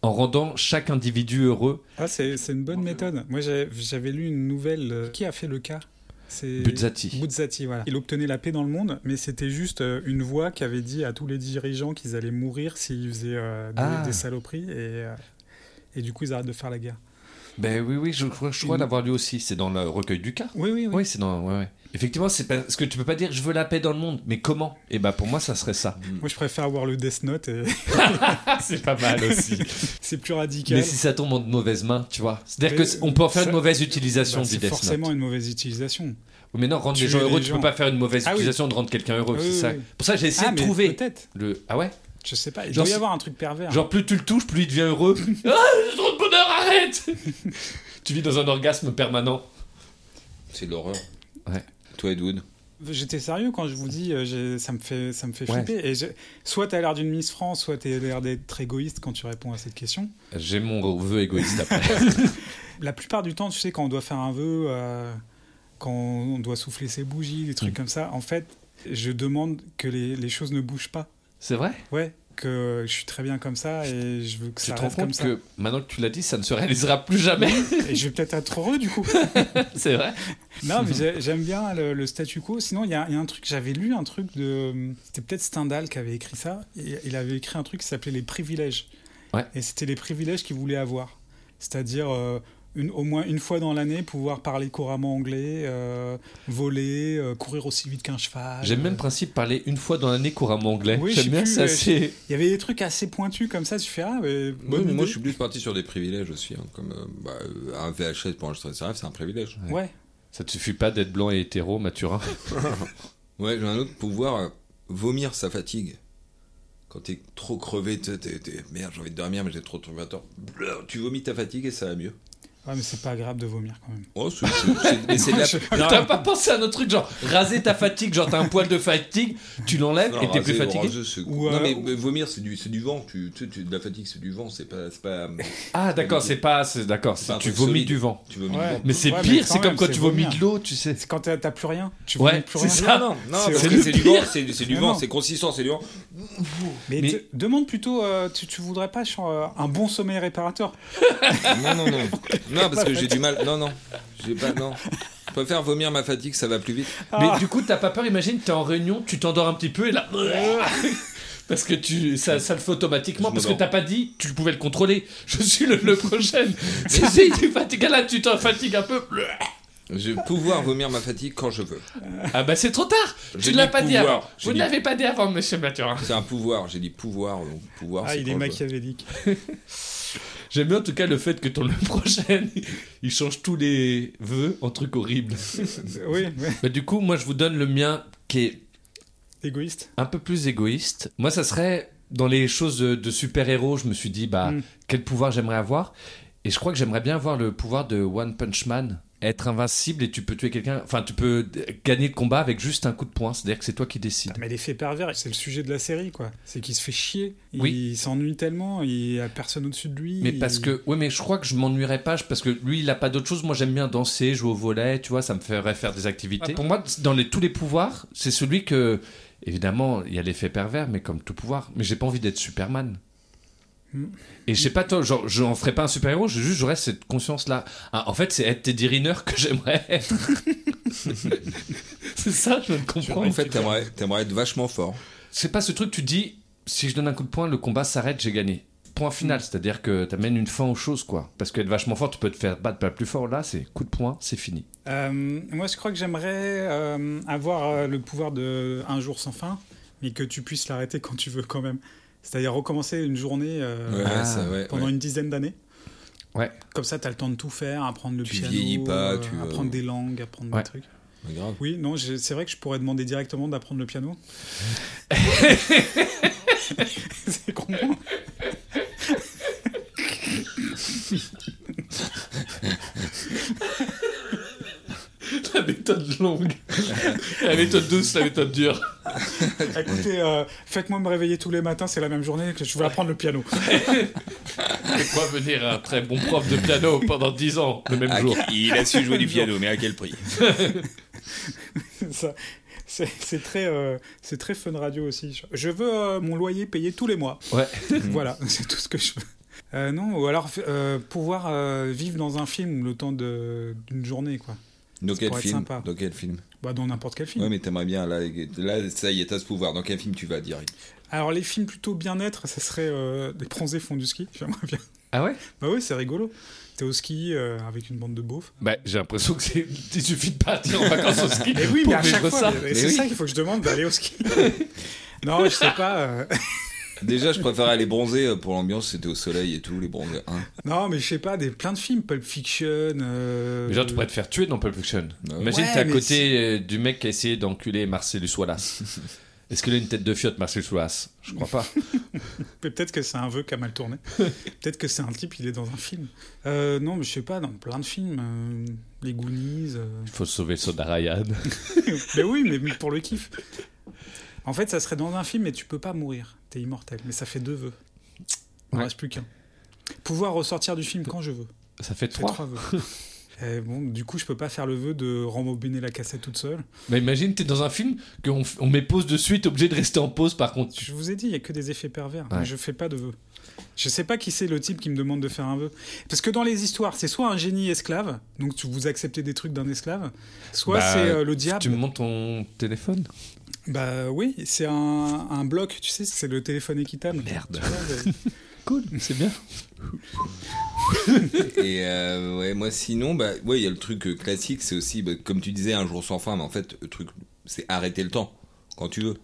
en rendant chaque individu heureux. Ah, c'est c'est une bonne méthode. Moi, j'ai- j'avais lu une nouvelle. euh, Qui a fait le cas C'est Buzzati. Buzzati, voilà. Il obtenait la paix dans le monde, mais c'était juste euh, une voix qui avait dit à tous les dirigeants qu'ils allaient mourir s'ils faisaient euh, des, Ah. des saloperies et, euh, et du coup ils arrêtent de faire la guerre. Ben oui, oui, je crois, je crois l'avoir lu aussi. C'est dans le recueil du cas. Oui, oui, oui. Oui, c'est dans. Ouais, ouais. Effectivement, c'est parce que tu peux pas dire je veux la paix dans le monde, mais comment Et ben pour moi, ça serait ça. Moi, je préfère avoir le Death Note. et- Ah, c'est pas mal aussi. c'est plus radical. mais si ça tombe en de mauvaises mains, tu vois. C'est-à-dire Mais qu'on peut en faire ça- une mauvaise Bah, utilisation du c'est Death forcément Note. une mauvaise utilisation. Mais non, rendre les Tuer gens les heureux, tu gens. peux pas faire une mauvaise Ah oui. utilisation de rendre quelqu'un heureux. Ah c'est oui, ça. oui. Pour ça, j'ai essayé Ah, de mais trouver Peut-être. le. Ah ouais. Je sais pas. Il Genre, doit y si- avoir un truc pervers. hein. Genre plus tu le touches, plus il devient heureux. ah, j'ai trop de bonheur, arrête Tu vis dans un orgasme permanent. C'est de l'horreur. Ouais. Toi, Edwood. J'étais sérieux quand je vous dis, euh, j'ai- ça me fait, ça me fait Ouais. flipper. Et je- soit t'as l'air d'une Miss France, soit t'as l'air d'être égoïste quand tu réponds à cette question. J'ai mon vœu égoïste après. La plupart du temps, tu sais, quand on doit faire un vœu, euh, quand on doit souffler ses bougies, des trucs Mm. comme ça, en fait, je demande que les, les choses ne bougent pas. C'est vrai Ouais, que je suis très bien comme ça et je veux que Tu ça te rends reste comme compte ça. que maintenant que tu l'as dit, ça ne se réalisera plus jamais. Et je vais peut-être être heureux du coup. C'est vrai Non, mais j'ai- j'aime bien le, le statu quo. Sinon, il y, a il y a un truc, j'avais lu un truc de. C'était peut-être Stendhal qui avait écrit ça. Et il avait écrit un truc qui s'appelait Les privilèges. Ouais. Et c'était les privilèges qu'il voulait avoir. C'est-à-dire. euh, une- au moins une fois dans l'année, pouvoir parler couramment anglais, euh, voler, euh, courir aussi vite qu'un cheval. J'aime même le Euh, principe parler une fois dans l'année couramment anglais. Oui, je J'aime sais bien, plus, c'est euh, assez. Il y avait des trucs assez pointus comme ça, tu fais ah, mais, Oui, bonne mais moi, idée. je suis plus parti sur des privilèges aussi. hein, Comme euh, bah, euh, un VHS pour enregistrer ses rêves, c'est un privilège. Ouais. Ça te suffit pas d'être blanc et hétéro, Mathurin Ouais, j'ai un autre pouvoir euh, vomir sa fatigue. Quand t'es trop crevé, t'es, t'es- t'es- merde, j'ai envie de dormir, mais j'ai trop trouvé à tort. Bleu, Tu vomis ta fatigue et ça va mieux. Ouais, Ah, mais c'est pas agréable de vomir quand même. Oh, c'est, c'est- c'est- mais c'est de la. T'as pas pensé à un autre truc, genre raser ta fatigue, genre t'as un poil de fatigue, tu l'enlèves Non, et t'es raser, plus fatigué. raser, c'est- Ou, non, euh, mais ou- mais vomir, c'est du, c'est du vent. Tu, tu- tu- de la fatigue, c'est du vent. C'est pas. C'est pas Ah, d'accord, c'est pas. c'est- D'accord, pas c'est- un tu truc vomis solide. du vent. tu vomis Ouais. du vent. Mais c'est Ouais, mais pire, quand c'est comme même, quand c'est hein. tu vomis vomir. de l'eau, tu sais. C'est quand t'as t'as plus rien. Tu Ouais, vomis plus c'est ça. rien. Non, non, C'est parce le que c'est du pire. Ah vent, c'est, c'est du Mais vent, non. c'est consistant, c'est du vent. Mais, Mais- te- demande plutôt, euh, tu, tu voudrais pas genre, euh, un bon sommeil réparateur Non, non, non. Non, parce que j'ai du mal. Non, non. J'ai pas. Non. Je préfère vomir ma fatigue, ça va plus vite. Ah. Mais du coup, t'as pas peur, imagine, t'es en réunion, tu t'endors un petit peu et là. Parce que tu, ça, ça le fait automatiquement. Je parce me que t'as dors. pas dit, tu pouvais le contrôler. Je suis le, le prochain. si, si, tu fatigues. Là, tu t'en fatigues un peu. Je vais pouvoir vomir ma fatigue quand je veux. Ah bah, c'est trop tard. J'ai Tu ne l'as dit pas dit pouvoir. avant. J'ai Vous ne dit- l'avez pas dit avant, monsieur Mathurin. C'est un pouvoir, j'ai dit pouvoir. donc pouvoir Ah, c'est il quand je est veux. machiavélique. J'aime bien en tout cas le fait que ton le prochain, il change tous les vœux en trucs horribles. oui, ouais. Bah, du coup, moi, je vous donne le mien qui est égoïste. un peu plus égoïste. Moi, ça serait dans les choses de, de super-héros, je me suis dit, bah, Mm. quel pouvoir j'aimerais avoir Et je crois que j'aimerais bien avoir le pouvoir de One Punch Man. Être invincible et tu peux tuer quelqu'un, enfin, tu peux d- gagner le combat avec juste un coup de poing, c'est-à-dire que c'est toi qui décides. Mais l'effet pervers, c'est le sujet de la série, quoi. C'est qu'il se fait chier. Il Oui. s'ennuie tellement, il n'y a personne au-dessus de lui. Mais il- parce que, ouais, mais je crois que je m'ennuierais pas je- parce que lui, il a pas d'autre chose. Moi, j'aime bien danser, jouer au volet, tu vois, ça me ferait faire des activités. Ah, Pour moi, dans les, tous les pouvoirs, c'est celui que, évidemment, il y a l'effet pervers, mais comme tout pouvoir. Mais j'ai pas envie d'être Superman. Hmm. Et je sais pas, toi, genre, je n'en ferais pas un super héros, je- juste j'aurais cette conscience-là. Ah, en fait, c'est être Teddy Riner que j'aimerais être. c'est ça, je viens de comprendre. En fait, t'aimerais, t'aimerais être vachement fort. C'est pas ce truc, tu dis, si je donne un coup de poing, le combat s'arrête, j'ai gagné. Point Mm. final, c'est-à-dire que t'amènes une fin aux choses, quoi. Parce qu'être vachement fort, tu peux te faire battre pas plus fort. Là, c'est coup de poing, c'est fini. Euh, moi, je crois que j'aimerais euh, avoir euh, le pouvoir de un jour sans fin, mais que tu puisses l'arrêter quand tu veux, quand même. C'est-à-dire recommencer une journée euh, Ouais, Ah. ça, ouais, pendant ouais. une dizaine d'années. Ouais. Comme ça, t'as le temps de tout faire, apprendre le Tu piano, vieillis pas, euh, tu, euh, apprendre des langues, apprendre Ouais. des trucs. Mais grave. Oui, non, j'ai- c'est vrai que je pourrais demander directement d'apprendre le piano. c'est con. hein. La méthode longue. la méthode douce, la méthode dure. Écoutez, euh, faites-moi me réveiller tous les matins, c'est la même journée que je veux apprendre le piano. Et quoi venir un très bon prof de piano pendant 10 ans, le même Ah, jour. Il a su jouer du piano, mais à quel prix Ça, c'est c'est très, euh, c'est très fun radio aussi. Je veux euh, mon loyer payé tous les mois. Ouais. voilà, c'est tout ce que je veux. Euh, non, ou alors euh, pouvoir euh, vivre dans un film le temps de- d'une journée, quoi. Dans quel pourrait être film sympa. Dans quel film Bah, dans n'importe quel film. Ouais, mais t'aimerais bien. Là, là, ça y est, t'as ce pouvoir. Dans quel film tu vas direct Alors, les films plutôt bien-être, ça serait euh, Des bronzés font du ski. J'aimerais bien. Ah ouais Bah, oui, c'est rigolo. T'es au ski euh, avec une bande de beaufs. Bah, j'ai l'impression que c'est. Il suffit de partir en vacances au ski. Et Eh oui, pour mais à vivre chaque fois, ça. mais- mais c'est oui. ça qu'il faut que je demande d'aller au ski. non, je sais pas. euh, Déjà, je préférais aller bronzer euh, pour l'ambiance, c'était au soleil et tout, les bronzés. hein. Non, mais je sais pas, des plein de films, Pulp Fiction. euh, Mais genre, tu pourrais te faire tuer dans Pulp Fiction. Ouais. Imagine, Ouais, t'es à mais côté euh, du mec qui a essayé d'enculer Marcellus Wallace. Est-ce qu'il a une tête de fiotte, Marcellus Wallace Je crois pas. Mais peut-être que c'est un vœu qui a mal tourné. peut-être que c'est un type, il est dans un film. Euh, non, mais je sais pas, dans plein de films. euh, les Goonies. euh. Il faut sauver Soda Ryan. mais oui, mais mais pour le kiff. En fait, ça serait dans un film, mais tu peux pas mourir. T'es immortel. Mais ça fait deux vœux. Il en Ouais. reste plus qu'un. Pouvoir ressortir du film quand je veux. Ça fait C'est trois. trois vœux. Euh, bon, du coup, je peux pas faire le vœu de rembobiner la cassette toute seule. Mais imagine, t'es dans un film qu'on f- on met pause de suite, obligé de rester en pause par contre. Je vous ai dit, il n'y a que des effets pervers. Ouais. Mais Je fais pas de vœux. Je sais pas qui c'est le type qui me demande de faire un vœu. Parce que dans les histoires, c'est soit un génie esclave, donc tu vous acceptez des trucs d'un esclave, soit Bah, c'est euh, le Tu diable. me montres ton téléphone Bah oui, c'est un, un bloc, tu sais, c'est le téléphone équitable. Merde. Tu vois, Cool, c'est bien. Et euh, ouais, moi sinon, bah ouais, il y a le truc euh, classique, c'est aussi, bah, comme tu disais, un jour sans fin, mais en fait, le truc, c'est arrêter le temps quand tu veux.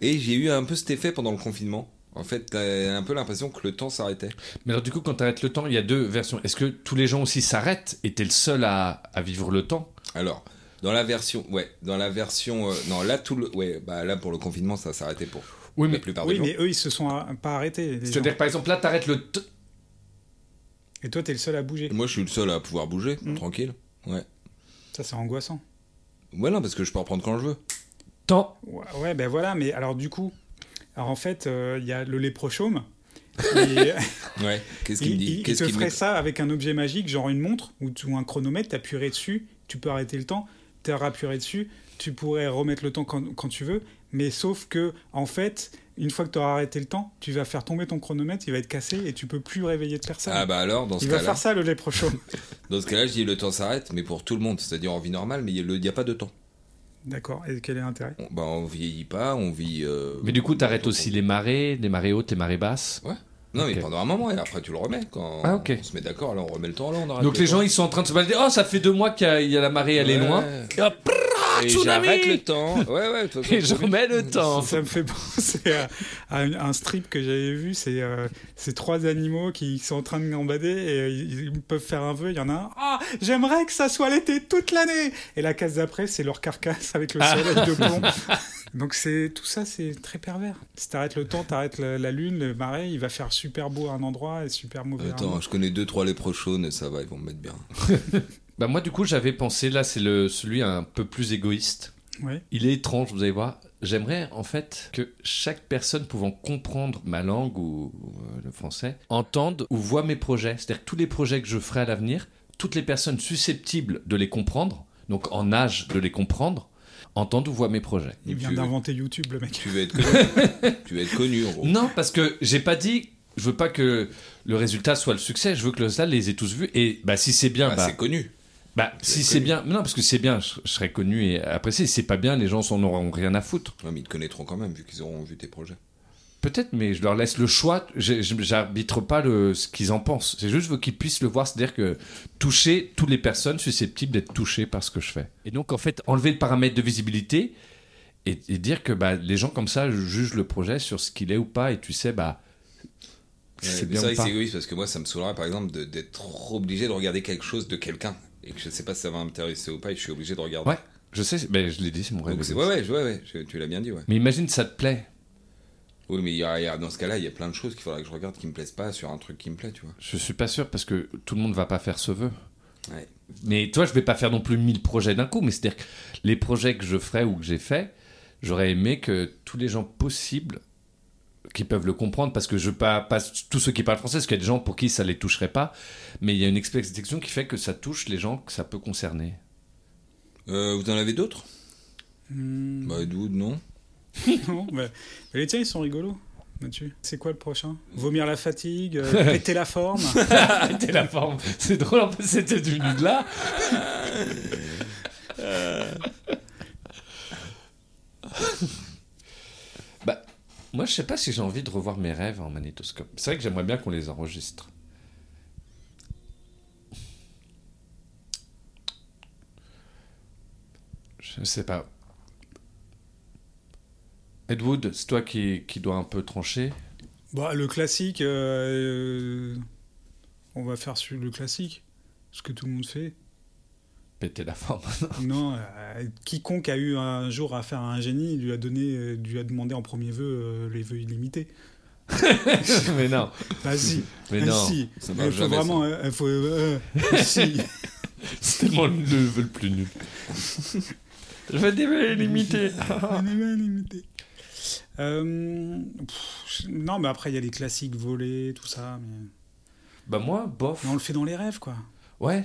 Et j'ai eu un peu cet effet pendant le confinement. En fait, t'as un peu l'impression que le temps s'arrêtait. Mais alors du coup, quand t'arrêtes le temps, il y a deux versions. Est-ce que tous les gens aussi s'arrêtent et t'es le seul à, à vivre le temps Alors, dans la version, ouais, dans la version, euh, non, là tout le, ouais, bah là pour le confinement, ça s'arrêtait pour Oui, la mais. plupart oui, des gens. mais eux, ils se sont euh, pas arrêtés. les gens. C'est-à-dire, par exemple, là, t'arrêtes le. t- Et toi, t'es le seul à bouger. Et Moi, je suis le seul à pouvoir bouger, Mm. tranquille. Ouais. Ça, c'est angoissant. Ouais, non, parce que je peux reprendre quand je veux. temps Ouais, ouais, ben voilà, mais alors du coup, alors en fait, euh, il y a le léprochaume. Et... euh, Ouais. Qu'est-ce Il, qu'il me il- dit il Qu'est-ce te qu'il me ferait dit ça avec un objet magique, genre une montre ou, t- ou un chronomètre, t'appuierais dessus, tu peux arrêter le temps, t'appuierais dessus, tu pourrais remettre le temps quand, quand tu veux, mais sauf que, en fait, une fois que tu auras arrêté le temps, tu vas faire tomber ton chronomètre, il va être cassé et tu peux plus réveiller de personne. Ah bah alors, dans ce il va cas-là, faire ça le léprochaume. dans ce cas-là, je dis le temps s'arrête, mais pour tout le monde, c'est-à-dire en vie normale, mais il n'y a, le- il y a pas de temps. D'accord. Et quel est l'intérêt On, bah, on vieillit pas, on vit. euh, Mais du coup, t'arrêtes on- aussi les marées, les marées hautes, les marées basses. Non, Ok. mais pendant un moment, et après tu le remets. Quand Ah, ok. on se met d'accord, là on remet le temps, là on arrête. Donc le les temps. gens, ils sont en train de se balader. Oh, ça fait deux mois qu'il y a, il y a la marée, elle est Ouais. loin. Et hop, Et tsunami j'arrête le temps. Ouais, ouais, de toute façon, et je faut vite. remets le temps. Ça me fait penser à, à une- un strip que j'avais vu. C'est euh, ces trois animaux qui sont en train de gambader et euh, ils, ils peuvent faire un vœu. Il y en a un. Ah, j'aimerais que ça soit l'été toute l'année. Et la case d'après, c'est leur carcasse avec le soleil de plomb. Donc c'est tout ça, c'est très pervers. Si t'arrêtes le temps, t'arrêtes la, la lune, le marais, il va faire super beau à un endroit et super mauvais à un Attends, autre. je connais deux, trois lépreux chaunes, ça va, ils vont me mettre bien. Bah moi, du coup, j'avais pensé, là, c'est le celui un peu plus égoïste. Ouais. Il est étrange, vous allez voir. J'aimerais en fait que chaque personne pouvant comprendre ma langue ou, ou, euh, le français entende ou voit mes projets. C'est-à-dire que tous les projets que je ferai à l'avenir, toutes les personnes susceptibles de les comprendre, donc en âge de les comprendre, entendent ou voient mes projets. Il vient Tu- d'inventer YouTube, le mec. Tu veux être connu. tu veux être connu, en gros. Non, parce que j'ai pas dit, je veux pas que le résultat soit le succès, je veux que le résultat les ait tous vus. Et bah si c'est bien, Ah, bah, c'est connu. bah, si c'est c'est bien, non, parce que c'est bien, je, je serais connu et apprécié. Si c'est pas bien, les gens s'en auront rien à foutre. Ouais, mais ils te connaîtront quand même, vu qu'ils auront vu tes projets. Peut-être, mais je leur laisse le choix. J'ai- j'ai- J'arbitre pas le, ce qu'ils en pensent. C'est juste je veux qu'ils puissent le voir, c'est-à-dire que toucher toutes les personnes susceptibles d'être touchées par ce que je fais. Et donc, en fait, enlever le paramètre de visibilité et, et dire que bah, les gens comme ça jugent le projet sur ce qu'il est ou pas. Et tu sais, bah, Ouais, c'est mais bien vrai ou que pas. c'est égoïste parce que moi, ça me saoulerait par exemple de- d'être trop obligé de regarder quelque chose de quelqu'un et que je sais pas si ça va m'intéresser ou pas et je suis obligé de regarder. Ouais, je sais, c'est- ben, je l'ai dit, c'est mon rêve. Donc, c'est- ouais, ouais, je- ouais, ouais, je- tu l'as bien dit, ouais. Mais imagine, ça te plaît. Oui, mais il y a- il y a- dans ce cas-là, il y a plein de choses qu'il faudra que je regarde qui me plaisent pas sur un truc qui me plaît, tu vois. Je suis pas sûr parce que tout le monde va pas faire ce vœu. Ouais. Mais toi, je vais pas faire non plus 1000 projets d'un coup, mais c'est-à-dire que les projets que je ferai ou que j'ai fait, j'aurais aimé que tous les gens possibles qui peuvent le comprendre, parce que je pas, pas tous ceux qui parlent français, parce qu'il y a des gens pour qui ça les toucherait pas, mais il y a une exception qui fait que ça touche les gens que ça peut concerner. Euh, vous en avez d'autres Hmm, Bah, d'où non non, bah, mais les tiens, ils sont rigolos. Mathieu, c'est quoi le prochain Vomir la fatigue, euh, péter la forme. Arrêtez la forme, c'est drôle, en plus c'était devenu de là. Euh. bah, moi je sais pas si j'ai envie de revoir mes rêves en magnétoscope. C'est vrai que j'aimerais bien qu'on les enregistre. Je sais pas. Ed Wood, c'est toi qui, qui dois un peu trancher. Bah, le classique, euh, euh, on va faire sur le classique, ce que tout le monde fait. Péter la forme. Non, euh, quiconque a eu un jour affaire à un génie, il lui a donné, euh, lui a demandé en premier vœu euh, les vœux illimités. mais non. Vas-y, Mais non. vas-y. ça Il marche faut jamais, vraiment, euh, il faut, euh, euh, si. C'est tellement le level le plus nul. Je vais dévaler limité. Un événement limité. Euh, pff, non, mais après il y a les classiques volés, tout ça. Mais... bah moi, bof. mais on le fait dans les rêves, quoi. Ouais.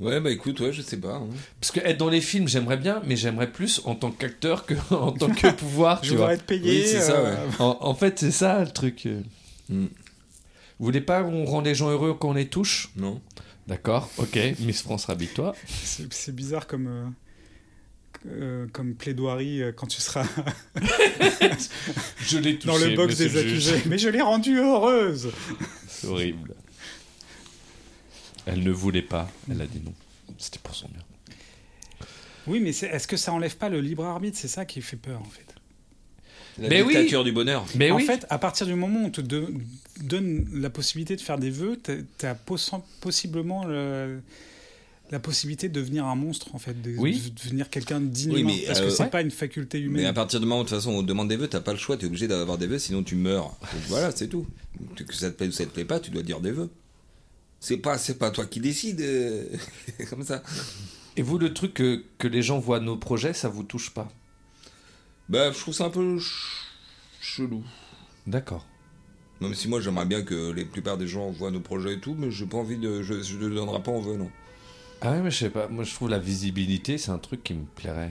Ouais, bah écoute, ouais, je sais pas. hein. Parce que être dans les films, j'aimerais bien, mais j'aimerais plus en tant qu'acteur que en tant que pouvoir, Je tu vois. voudrais être payé. Oui, c'est ça, euh, En, en fait, c'est ça le truc. euh. Hmm. Vous voulez pas qu'on rende les gens heureux quand on les touche Non D'accord, ok, Miss France, rhabille-toi. C'est c'est bizarre comme, euh, euh, comme plaidoirie euh, quand tu seras Je l'ai touché. dans le box monsieur des le juge. accusés. Mais je l'ai rendue heureuse. C'est horrible. Elle ne voulait pas, elle a dit non. C'était pour son bien. Oui, mais c'est- est-ce que ça enlève pas le libre arbitre C'est ça qui fait peur, en fait. La Mais oui. dictature du bonheur. Mais en Eh oui, fait, à partir du moment où on te de- donne la possibilité de faire des vœux, t'as- t'as possi- possiblement le- la possibilité de devenir un monstre, en fait, de, Oui. de devenir quelqu'un d'inhumain, Oui, mais, parce euh, que c'est ouais. pas une faculté Mais à humaine. partir du moment où de toute façon on te demande des vœux, t'as pas le choix, t'es obligé d'avoir des vœux, sinon tu meurs. Donc voilà, c'est tout. Tu- Que ça te plaît ou ça te plaît pas, tu dois dire des vœux. C'est pas, c'est pas toi qui décides euh, comme ça. et vous, le truc que, que les gens voient nos projets, ça vous touche pas Bah, je trouve ça un peu ch- chelou. D'accord. Non, mais si moi j'aimerais bien que les plupart des gens voient nos projets et tout, mais j'ai pas envie de. Je, je ne donnerai pas en vœux, non. Ah ouais, mais je sais pas. Moi, je trouve la visibilité, c'est un truc qui me plairait.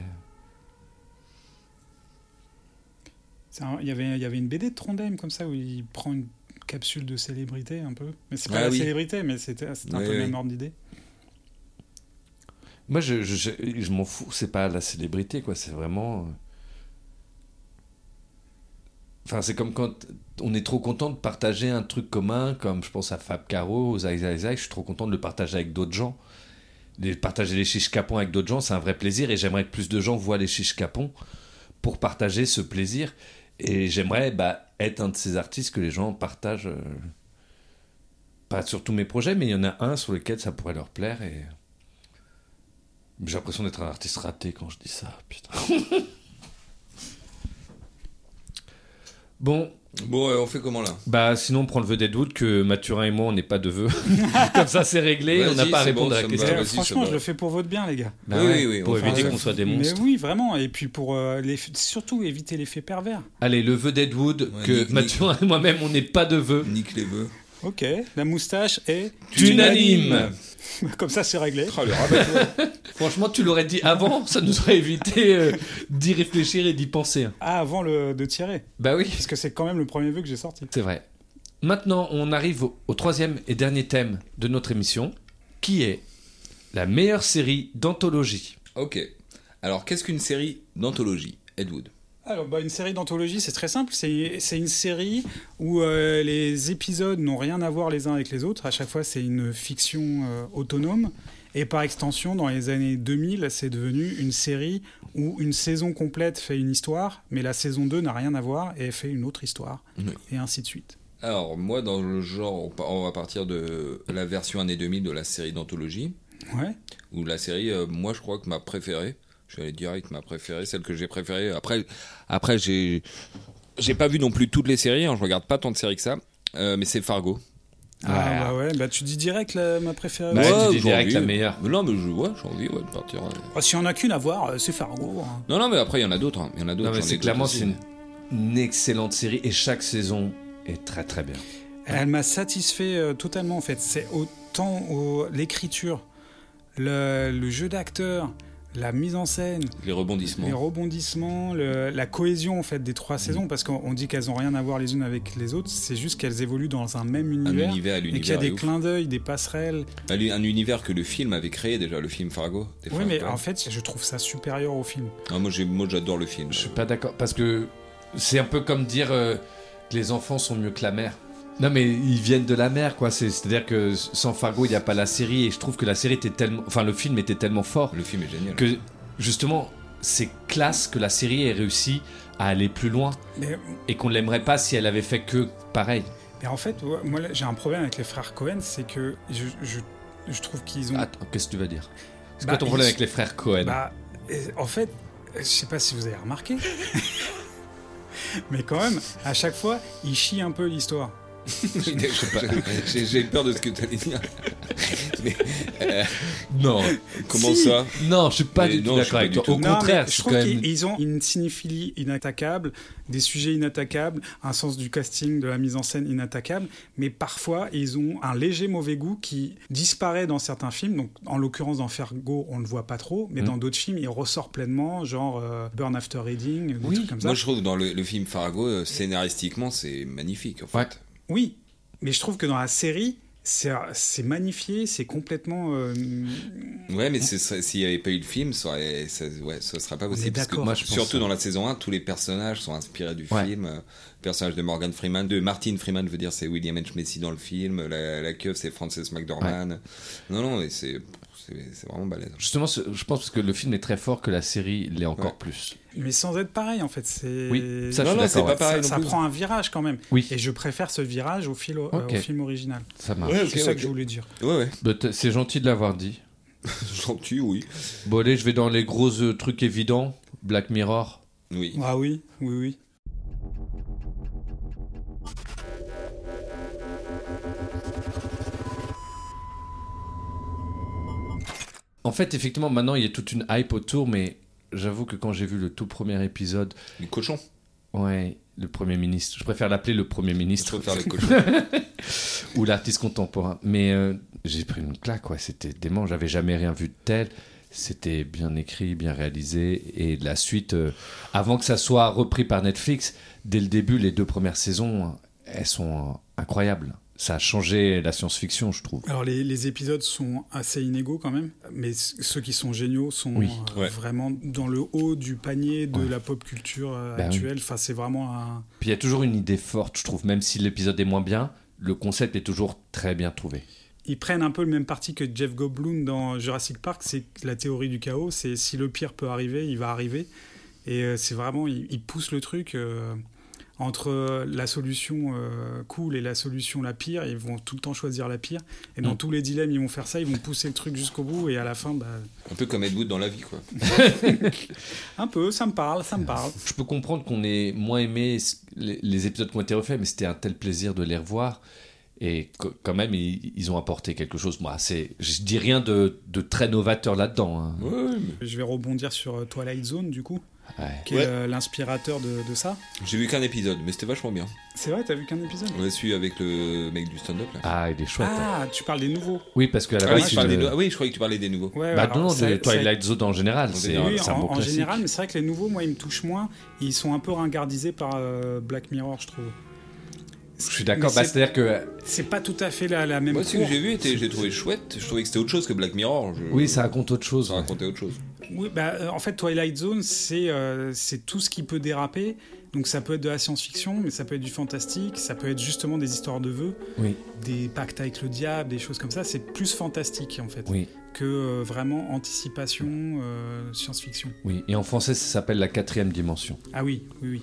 C'est un- Il y avait il y avait une BD de Trondheim comme ça où il prend une capsule de célébrité un peu. Mais c'est pas Ah la oui. célébrité, mais c'était ah, c'était un Oui, peu le oui. même ordre d'idée. Moi, je, je, je- je m'en fous. C'est pas la célébrité, quoi. C'est vraiment. euh, Enfin, c'est comme quand on est trop content de partager un truc commun, comme je pense à Fab Caro, aux Zai Zai Zai, Je suis trop content de le partager avec d'autres gens. De partager les chiches capons avec d'autres gens, c'est un vrai plaisir. Et j'aimerais que plus de gens voient les chiches capons pour partager ce plaisir. Et j'aimerais bah, être un de ces artistes que les gens partagent. euh, Pas sur tous mes projets, mais il y en a un sur lequel ça pourrait leur plaire. Et... J'ai l'impression d'être un artiste raté quand je dis ça, putain. bon, Bon, euh, on fait comment là bah sinon on prend le vœu des doutes que Mathurin et moi on n'est pas de vœu. Comme ça c'est réglé, on n'a Vas-y, pas à c'est répondre bon, à ça la me Et, va. question. euh, vas-y, ça franchement, va. je le fais pour votre bien, les gars. Bah Oui, ouais, oui, oui, pour enfin, éviter ouais. qu'on soit des Mais monstres. oui, vraiment. Et puis pour euh, les- surtout éviter l'effet pervers. Allez, le vœu d'Edwood, Ouais, que nique, nique. Mathurin et moi-même on n'est pas de vœu. Nique les vœux. Ok, la moustache est Unanime Comme ça, c'est réglé. Oh, le rabat Franchement, tu l'aurais dit avant, ça nous aurait évité euh, d'y réfléchir et d'y penser. Ah, avant le, de tirer. Bah oui, Parce que c'est quand même le premier vœu que j'ai sorti. C'est vrai. Maintenant, on arrive au, au troisième et dernier thème de notre émission, qui est la meilleure série d'anthologie. Ok. Alors, qu'est-ce qu'une série d'anthologie Ed Wood. Alors, bah, une série d'anthologie, c'est très simple. C'est c'est une série où euh, les épisodes n'ont rien à voir les uns avec les autres. À chaque fois, c'est une fiction euh, autonome. Et par extension, dans les années 2000, c'est devenu une série où une saison complète fait une histoire, mais la saison 2 n'a rien à voir et elle fait une autre histoire. Oui. Et ainsi de suite. Alors, moi, dans le genre, on pa- on va partir de la version année 2000 de la série d'anthologie, Ouais. où la série, euh, moi, je crois que ma préférée, je vais aller direct, ma préférée, celle que j'ai préférée. Après, après j'ai j'ai pas vu non plus toutes les séries, hein, je regarde pas tant de séries que ça, euh, mais c'est Fargo. Ah, bah ouais, bah tu dis direct la- ma préférée. Bah, Ouais. tu dis j'ai direct envie. la meilleure. Mais Non, mais je vois, j'ai envie ouais, de partir. euh. Ah, S'il y en a qu'une à voir, euh, c'est Fargo. hein. Non, non, mais après, il y en a d'autres. hein, Il y en a d'autres. Non mais j'en ai c'est d'autres clairement aussi. c'est une, une excellente série et chaque saison est très très bien. Elle m'a satisfait euh, totalement en fait. C'est autant au- l'écriture, le, le jeu d'acteur, la mise en scène, Les rebondissements. les rebondissements, le- la cohésion en fait des trois saisons parce qu'on on dit qu'elles ont rien à voir les unes avec les autres. C'est juste qu'elles évoluent dans un même Un univers. univers à et qu'il y a l'univers. est des ouf. clins d'œil, des passerelles. Un lu- un univers que le film avait créé déjà, le film Fargo. des Oui, Fargo. mais en fait, je trouve ça supérieur au film. Ah, moi, j'ai- moi, j'adore le film. Je suis pas d'accord parce que c'est un peu comme dire euh, que les enfants sont mieux que la mère. Non mais ils viennent de la mer quoi, C'est- c'est-à-dire que sans Fargo il n'y a pas la série et je trouve que la série était tellement, enfin le film était tellement fort Le film est génial. que justement c'est classe que la série ait réussi à aller plus loin Mais, et qu'on l'aimerait pas si elle avait fait que pareil. mais en fait, ouais, moi là, j'ai un problème avec les frères Cohen, c'est que je, je, je trouve qu'ils ont Attends, qu'est-ce que tu vas dire C'est Bah, quoi ton problème ils- avec les frères Cohen Bah, euh, en fait, euh, je sais pas si vous avez remarqué, mais quand même, à chaque fois, il chie un peu l'histoire. Je sais pas, j'ai- J'ai peur de ce que tu allais dire. Mais Non, comment Si. ça non, je suis pas Mais du non, tout je d'accord suis pas avec du toi. tout. Au Non, contraire, mais je je suis trouve quand même. qu'ils ont une cinéphilie inattaquable, des sujets inattaquables, un sens du casting, de la mise en scène inattaquable, mais parfois ils ont un léger mauvais goût qui disparaît dans certains films. Donc, en l'occurrence, dans Fargo, on le voit pas trop, mais Mm. dans d'autres films, il ressort pleinement, genre euh, Burn After Reading, des Oui. trucs comme ça. Moi, je trouve que dans le, le film Fargo, euh, scénaristiquement, c'est magnifique. En fait. Ouais. Oui, mais je trouve que dans la série, c'est c'est magnifié, c'est complètement. euh, Ouais, Mm. mais ce serait- s'il n'y avait pas eu le film, ça aurait- ça, ouais, ce serait pas est possible. parce que d'accord. Moi, je pense surtout ça. dans la saison 1, tous les personnages sont inspirés du Ouais. film. Euh, Le personnage de Morgan Freeman, de Martin Freeman, je veux dire, c'est William H. Macy dans le film. La, la keuf, c'est Frances McDormand. Non, non, mais c'est c'est- c'est vraiment balèze. Justement, ce- je pense que le film est très fort, que la série l'est encore Ouais. plus. mais sans être pareil, en fait. c'est- Oui, ça, je Non, suis non, c'est d'accord. pas ouais. pareil ça, non ça plus. prend un virage quand même. Oui. Et je préfère ce virage au, fil, euh, Ok. Ah. au film original. Ça marche. Ouais, c'est ok, ça ok. que je voulais dire. Ouais, ouais. Bah, t'es- C'est gentil de l'avoir dit. Gentil, oui. Bon, allez, je vais dans les gros euh, trucs évidents. Black Mirror. Oui. Ah oui, oui, oui. En fait, effectivement, maintenant, il y a toute une hype autour, mais j'avoue que quand j'ai vu le tout premier épisode, Les cochons. ouais, le Premier ministre, je préfère l'appeler le Premier Je ministre. préfère les cochons. ou l'artiste contemporain. Mais euh, j'ai pris une claque, quoi. C'était dément. J'avais jamais rien vu de tel. C'était bien écrit, bien réalisé. Et la suite, euh, avant que ça soit repris par Netflix, dès le début, les deux premières saisons, euh, elles sont incroyables. Ça a changé la science-fiction, je trouve. Alors les, les épisodes sont assez inégaux quand même, mais c- ceux qui sont géniaux sont Oui. euh, Ouais. vraiment dans le haut du panier de Ouais. la pop culture euh, Bah oui. actuelle. Enfin, c'est vraiment un... Puis il y a toujours une idée forte, je trouve, même si l'épisode est moins bien, le concept est toujours très bien trouvé. Ils prennent un peu le même parti que Jeff Goldblum dans Jurassic Park, c'est la théorie du chaos, c'est si le pire peut arriver, il va arriver. Et euh, c'est vraiment, ils, ils poussent le truc euh, entre euh, la solution euh, cool et la solution la pire, ils vont tout le temps choisir la pire. Et dans Mm. tous les dilemmes, ils vont faire ça, ils vont pousser le truc jusqu'au bout, et à la fin, bah, Un peu comme Ed Wood dans la vie, quoi. un peu, ça me parle, ça me parle. Je peux comprendre qu'on ait moins aimé ce- les, les épisodes qui ont été refaits, mais c'était un tel plaisir de les revoir. Et co- quand même, ils, ils ont apporté quelque chose. Moi, c'est, je dis rien de, de très novateur là-dedans. hein. Je vais rebondir sur euh, Twilight Zone, du coup, Ouais. qui Ouais. est euh, l'inspirateur de, de ça. J'ai vu qu'un épisode, mais c'était vachement bien. C'est vrai, t'as vu qu'un épisode On l'a su avec le mec du stand-up, là. Ah, il est chouette. hein. Ah, tu parles des nouveaux. Oui, Bah, parce que à la Ah oui, base, je parlais il- des nou- ah oui, je croyais que tu parlais des nouveaux. Ouais, Bah alors, non, ça- de ça- Twilight Zone en général, En c'est général, Oui, c'est en, un bon en classique. général, mais c'est vrai que les nouveaux, moi, ils me touchent moins. Ils sont un peu ringardisés par euh, Black Mirror, je trouve. Je suis d'accord, bah, c'est c'est-à-dire que c'est pas tout à fait la, la même Moi, ce que cour. j'ai vu, était, j'ai trouvé chouette. Je trouvais que c'était autre chose que Black Mirror. Je- oui, ça raconte autre chose. ça racontait autre chose. Oui, bah, euh, en fait, Twilight Zone, c'est euh, c'est tout ce qui peut déraper. Donc, ça peut être de la science-fiction, mais ça peut être du fantastique, ça peut être justement des histoires de vœux, Oui. des pactes avec le diable, des choses comme ça. C'est plus fantastique, en fait, Oui, que euh, vraiment anticipation, euh, science-fiction. oui. Et en français, ça s'appelle la quatrième dimension. Ah oui, oui, oui.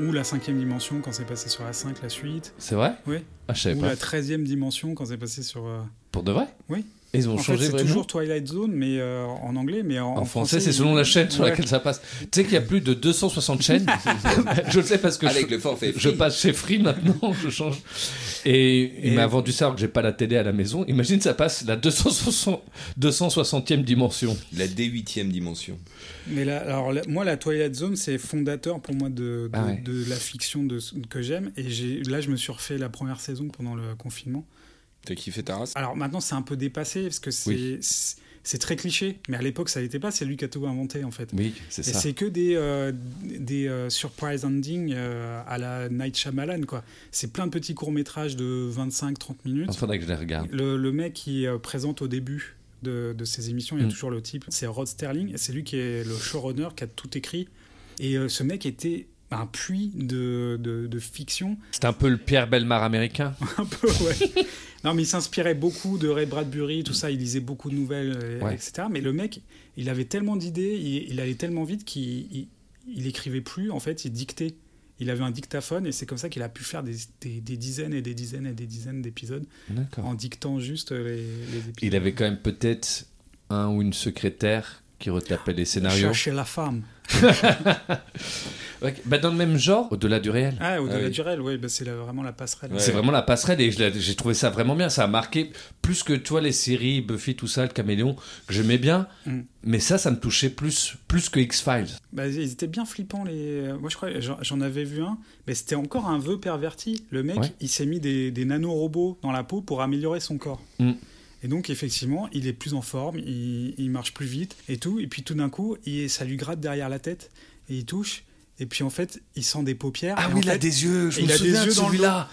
Ou la cinquième dimension, quand c'est passé sur la 5, la suite. C'est vrai Oui. Ah, je savais Ou pas. la 13e dimension, quand c'est passé sur... euh, Pour de vrai Oui. Et ils ont En fait, changé c'est vraiment toujours Twilight Zone, mais euh, en anglais, mais en, En français, c'est ils- selon la chaîne sur Ouais. laquelle ça passe. Tu sais qu'il y a plus de 260 chaînes. je le sais parce que Avec je, le forfait. je passe chez Free maintenant, je change. Et, il Et- m'a vendu ça alors que j'ai pas la télé à la maison. Imagine, ça passe la 260, 260e dimension. La D8ème dimension. Mais là, alors là, moi, la Twilight Zone, c'est fondateur pour moi de, de, Ah ouais. de la fiction de, ce- que j'aime. Et j'ai- là, je me suis refait la première saison pendant le confinement. T'as kiffé ta race Alors maintenant, c'est un peu dépassé parce que c'est Oui. c'est- c'est très cliché. Mais à l'époque, ça l'était pas. C'est lui qui a tout inventé en fait. Oui, c'est Et ça. c'est que des, euh, des euh, surprise endings euh, à la Night Shyamalan, quoi. C'est plein de petits courts-métrages de 25-30 minutes. Il faudrait que je les regarde. Le, le mec qui euh, présente au début de, de ces émissions, il y a Mm. toujours le type, c'est Rod Sterling, et c'est lui qui est le showrunner, qui a tout écrit. Et euh, ce mec était un puits de, de- de fiction, C'est un peu le Pierre Belmar américain. un peu, ouais. non, mais il s'inspirait beaucoup de Ray Bradbury, tout ça, il lisait beaucoup de nouvelles, euh, Ouais. etc. Mais le mec, il avait tellement d'idées, il, il allait tellement vite qu'il il, il écrivait plus, en fait, il dictait. Il avait un dictaphone, et c'est comme ça qu'il a pu faire des, des- des dizaines et des dizaines et des dizaines d'épisodes, D'accord. en dictant juste les, les épisodes. Ah. Il avait quand même peut-être un ou une secrétaire qui retapait les scénarios. Chercher la femme. Ouais, bah dans le même genre, au-delà du réel. Ah, au-delà Ah oui. du réel, oui, bah, c'est la- vraiment la passerelle. Ouais. C'est vraiment la passerelle et je l'ai- j'ai trouvé ça vraiment bien. Ça a marqué plus que toi les séries Buffy tout ça, le caméléon que j'aimais bien, Mm. mais ça, ça me touchait plus plus que X Files. Bah, ils étaient bien flippants, les. Moi, je crois, j'en j'en avais vu un, mais c'était encore un vœu perverti. Le mec, Ouais. il s'est mis des, des nanorobots dans la peau pour améliorer son corps. Mm. Et donc, effectivement, il est plus en forme, il, il marche plus vite et tout. Et puis, tout d'un coup, il, ça lui gratte derrière la tête et il touche. Et puis, en fait, il sent des paupières. Ah et en fait- yeux. je me souviens de celui-là.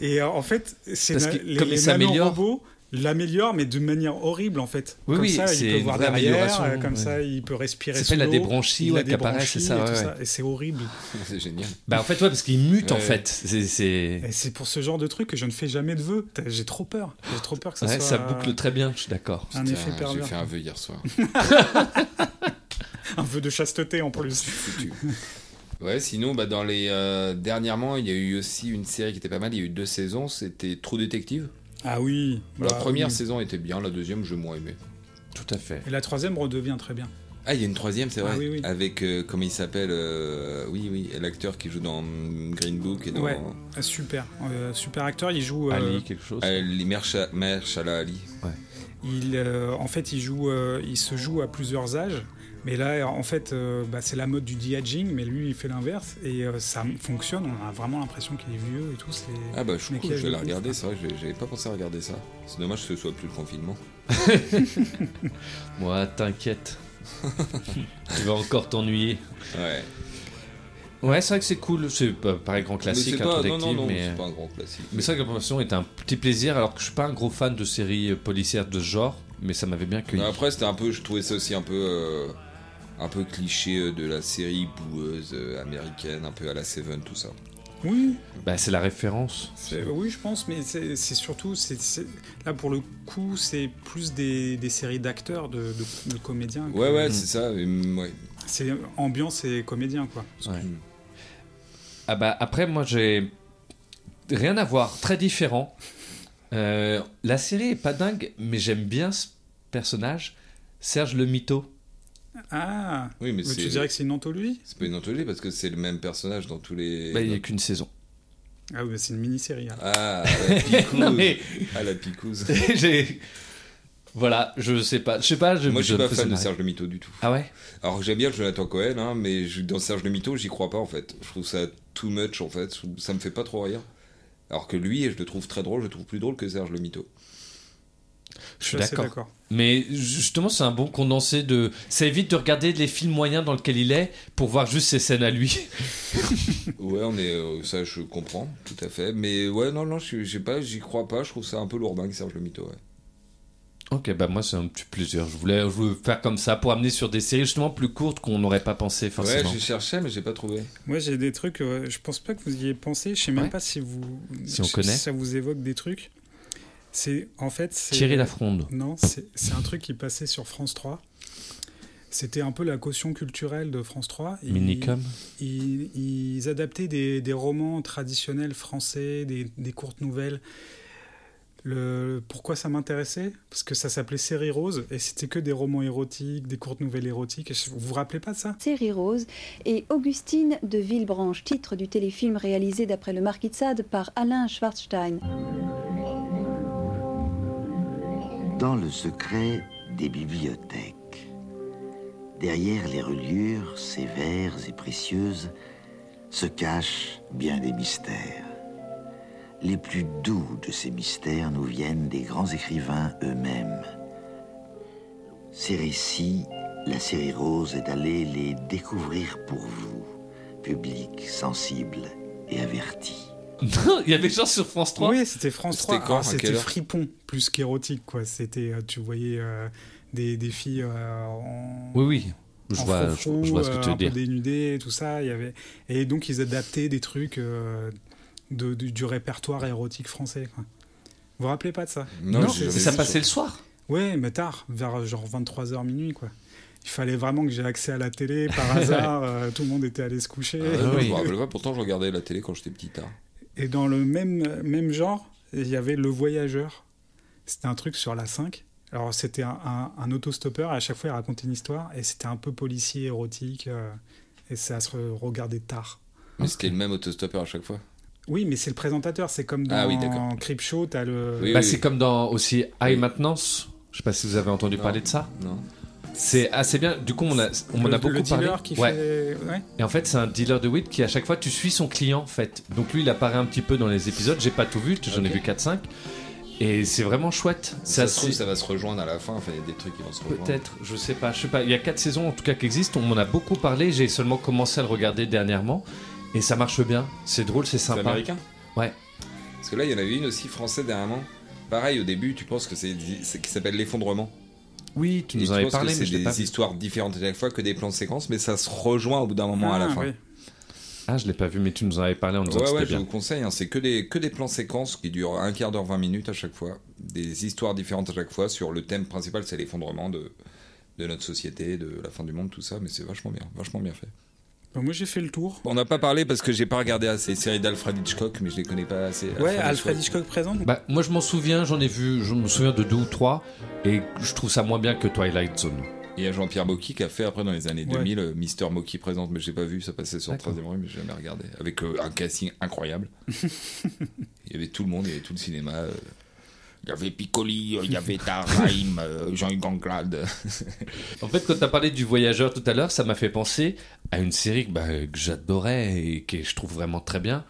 Et euh, en fait, c'est Parce na- que les, comme il les s'améliore- nanorobots l'améliorent, mais de manière horrible en fait. Oui, comme oui, ça, c'est il peut une voir vraie derrière, amélioration, euh, comme ouais. ça, il peut respirer. Ça sous s'appelle la l'eau, débranchie, il a ouais, des qui apparaît, c'est branchies ça, Et, tout ouais, ça, et c'est horrible. C'est génial. Bah en fait ouais parce qu'il mute en Ouais. fait. C'est c'est Et c'est pour ce genre de truc que je ne fais jamais de vœux. T'as- J'ai trop peur. J'ai trop peur que ça ouais, soit ça boucle très bien. Je suis d'accord. un Putain, effet J'ai pervers. fait un vœu hier soir. Un vœu de chasteté en plus. Oh, Foutu. Ouais, sinon, bah, dans les euh, dernièrement, il y a eu aussi une série qui était pas mal. Il y a eu deux saisons. C'était True Detective. Ah oui. La Bah, première oui. saison était bien, la deuxième, je moins aimé. Tout à fait. Et la troisième redevient très bien. Ah, il y a une troisième, c'est vrai. Ah oui, oui. Avec euh, comment il s'appelle euh, Oui, oui, l'acteur qui joue dans mm, Green Book et dans Ouais. Ah, Super. Euh, super acteur. Il joue. euh, Ali quelque chose. Ali, Mersha- Mershala Ali. Il, euh, en fait, il, joue, euh, il se joue à plusieurs âges. Mais là, en fait, euh, bah, c'est la mode du de-aging, mais lui, il fait l'inverse. Et euh, ça fonctionne. On a vraiment l'impression qu'il est vieux et tout. c'est- Ah bah je suis Mais cool, qui a je vais joué la ouf, regarder, hein. c'est vrai, j'ai- j'avais pas pensé à regarder ça. C'est dommage que ce soit plus le confinement. Moi t'inquiète. tu vas encore t'ennuyer. Ouais. Ouais, c'est vrai que c'est cool. C'est pas pareil grand classique, mais un c'est pas, truc non, non, d'active, non, mais. c'est pas un grand classique. Mais c'est vrai que la promotion est un petit plaisir, alors que je suis pas un gros fan de séries euh, policières de ce genre, mais ça m'avait bien cueilli. Après, c'était un peu, je trouvais ça aussi un peu, euh, un peu cliché euh, de la série boueuse euh, américaine, un peu à la Seven, tout ça. Oui, Bah, c'est la référence. c'est- oui, je pense, mais c'est c'est surtout, c'est- c'est- là pour le coup, c'est plus des, des séries d'acteurs, de, de- de comédiens. que- Ouais, ouais, c'est ça. et, mm, ouais. C'est ambiance et comédien, quoi. Ah bah, après, moi, j'ai. Rien à voir, très différent. Euh, la série est pas dingue, mais j'aime bien ce personnage, Serge le Mytho. Ah, Oui, mais, mais tu c'est, dirais que c'est une anthologie c'est pas une anthologie parce que c'est le même personnage dans tous les. Bah, il n'y a qu'une saison. Ah oui, mais c'est une mini-série. alors. Ah, à la picouse. Non, mais- À la picouse. j'ai. Voilà, je sais pas. Je sais pas. Je, Moi, je suis me pas fais fan de marrer. Serge Le Mito du tout. Ah ouais Alors que j'aime bien Jonathan Cohen, hein, mais je- dans Serge Le Mito, j'y crois pas en fait. Je trouve ça too much en fait. Ça me fait pas trop rire. Alors que lui, je le trouve très drôle, je le trouve plus drôle que Serge Le Mito. Je suis assez d'accord. Mais justement, c'est un bon condensé de. Ça évite de regarder les films moyens dans lesquels il est pour voir juste ses scènes à lui. Ouais, on est, euh, ça je comprends, tout à fait. Mais ouais, non, non, je suis- j'ai pas, j'y crois pas. Je trouve ça un peu lourdingue, Serge Le Mito. Ouais. Ok, bah moi c'est un petit plaisir. Je voulais, je voulais faire comme ça pour amener sur des séries justement plus courtes qu'on n'aurait pas pensé Ouais, forcément. j'ai cherché, mais j'ai pas trouvé. Moi, j'ai des trucs, euh, je pense pas que vous y ayez pensé, je sais même Ouais. pas si vous. Si on connaît. ça vous évoque des trucs. C'est. En fait, c'est. Thierry Lafronde. Non, c'est c'est un truc qui passait sur France 3. C'était un peu la caution culturelle de France 3. Ils- Minicom. Ils, ils adaptaient des, des romans traditionnels français, des, des courtes nouvelles. Le, pourquoi ça m'intéressait Parce que ça s'appelait Série Rose et c'était que des romans érotiques, des courtes nouvelles érotiques. Et je- Vous vous rappelez pas de ça Série Rose et Augustine de Villebranche, titre du téléfilm réalisé d'après le Marquis de Sade par Alain Schwarzstein. Dans le secret des bibliothèques, derrière les reliures sévères et précieuses, se cachent bien des mystères. Les plus doux de ces mystères nous viennent des grands écrivains eux-mêmes. Ces récits, la série Rose est allée les découvrir pour vous, public sensible et averti. il y avait genre sur France 3. Oui, c'était France C'était 3. quand, Alors, à C'était quelle heure fripon plus qu'érotique, quoi. C'était, euh, tu voyais euh, des, des filles euh, en. oui. oui. Je en vois, je, frou-frou, je vois ce euh, que tu un veux peu dire. dénudé, tout ça. Il y avait... Et donc, ils adaptaient des trucs euh, de- du, du répertoire érotique français. Quoi. Vous vous rappelez pas de ça Non, j'ai c'est- jamais ça vu, passait ça. le soir. Ouais, mais tard, vers genre 23h minuit, quoi. Il fallait vraiment que j'ai accès à la télé par hasard. euh, tout le monde était allé se coucher. Ah, non, oui. Je me rappelle pas, pourtant je regardais la télé quand j'étais petit tard. Et dans le même, même genre, il y avait Le Voyageur. C'était un truc sur la 5. Alors, c'était un, un, un autostoppeur. À chaque fois, il racontait une histoire. Et c'était un peu policier, érotique. euh, et ça se regardait tard. Ah. Mais c'était le même autostoppeur à chaque fois. Oui, mais c'est le présentateur. C'est comme dans Ah oui, d'accord. Crip Show, t'as le. Oui, bah, oui. C'est comme dans aussi High Oui. Maintenance. Je sais pas si vous avez entendu Non. parler de ça. Non. C'est assez bien. Du coup, on, a, on en le- a beaucoup le dealer parlé. qui Ouais. fait. Ouais. Et en fait, c'est un dealer de weed qui, à chaque fois, tu suis son client, en fait. Donc lui, il apparaît un petit peu dans les épisodes. J'ai pas tout vu, j'en ai Ok. vu 4-5. Et c'est vraiment chouette. Ça, Ça, se trouve, ça va se rejoindre à la fin. Enfin, il y a des trucs qui vont se rejoindre. Peut-être, je sais pas, je sais pas. Il y a 4 saisons, en tout cas, qui existent. On m'en a beaucoup parlé. J'ai seulement commencé à le regarder dernièrement. Et ça marche bien. C'est drôle, c'est C'est sympa. américain Ouais. Parce que là, il y en avait une aussi française dernièrement. Pareil, au début, tu penses que c'est c'est- qui s'appelle l'effondrement. Oui, tu Et nous en avais penses que parlé, mais c'est je l'ai des pas. vu. histoires différentes à chaque fois que des plans de séquences, mais ça se rejoint au bout d'un moment à la Ah, fin. oui. Ah, je l'ai pas vu, mais tu nous en avais parlé en disant que Ouais, c'était ouais, je bien. vous conseille. hein, C'est que des, que des plans séquences qui durent un quart d'heure, 20 minutes à chaque fois. Des histoires différentes à chaque fois sur le thème principal, c'est l'effondrement de, de notre société, de la fin du monde, tout ça. Mais c'est vachement bien, vachement bien fait. Bon, moi, j'ai fait le tour. On n'a pas parlé parce que j'ai pas regardé assez les séries d'Alfred Hitchcock, mais je les connais pas assez. Ouais, Alfred Hitchcock présente. Bah, moi, je m'en souviens, j'en ai vu, je me souviens de deux ou trois. Et je trouve ça moins bien que Twilight Zone. Il y a Jean-Pierre Mocky qui a fait après dans les années Ouais. 2000 euh, Mister Mocky présente, mais j'ai pas vu, ça passait sur D'accord. 13 rue, mais j'ai jamais regardé. Avec euh, un casting incroyable. il y avait tout le monde, il y avait tout le cinéma. euh. Il y avait Piccoli, euh, il y avait Tarheim, euh, Jean-Hugues Anglade. En fait, quand t'as parlé du voyageur tout à l'heure, ça m'a fait penser à une série bah, que j'adorais et que je trouve vraiment très bien.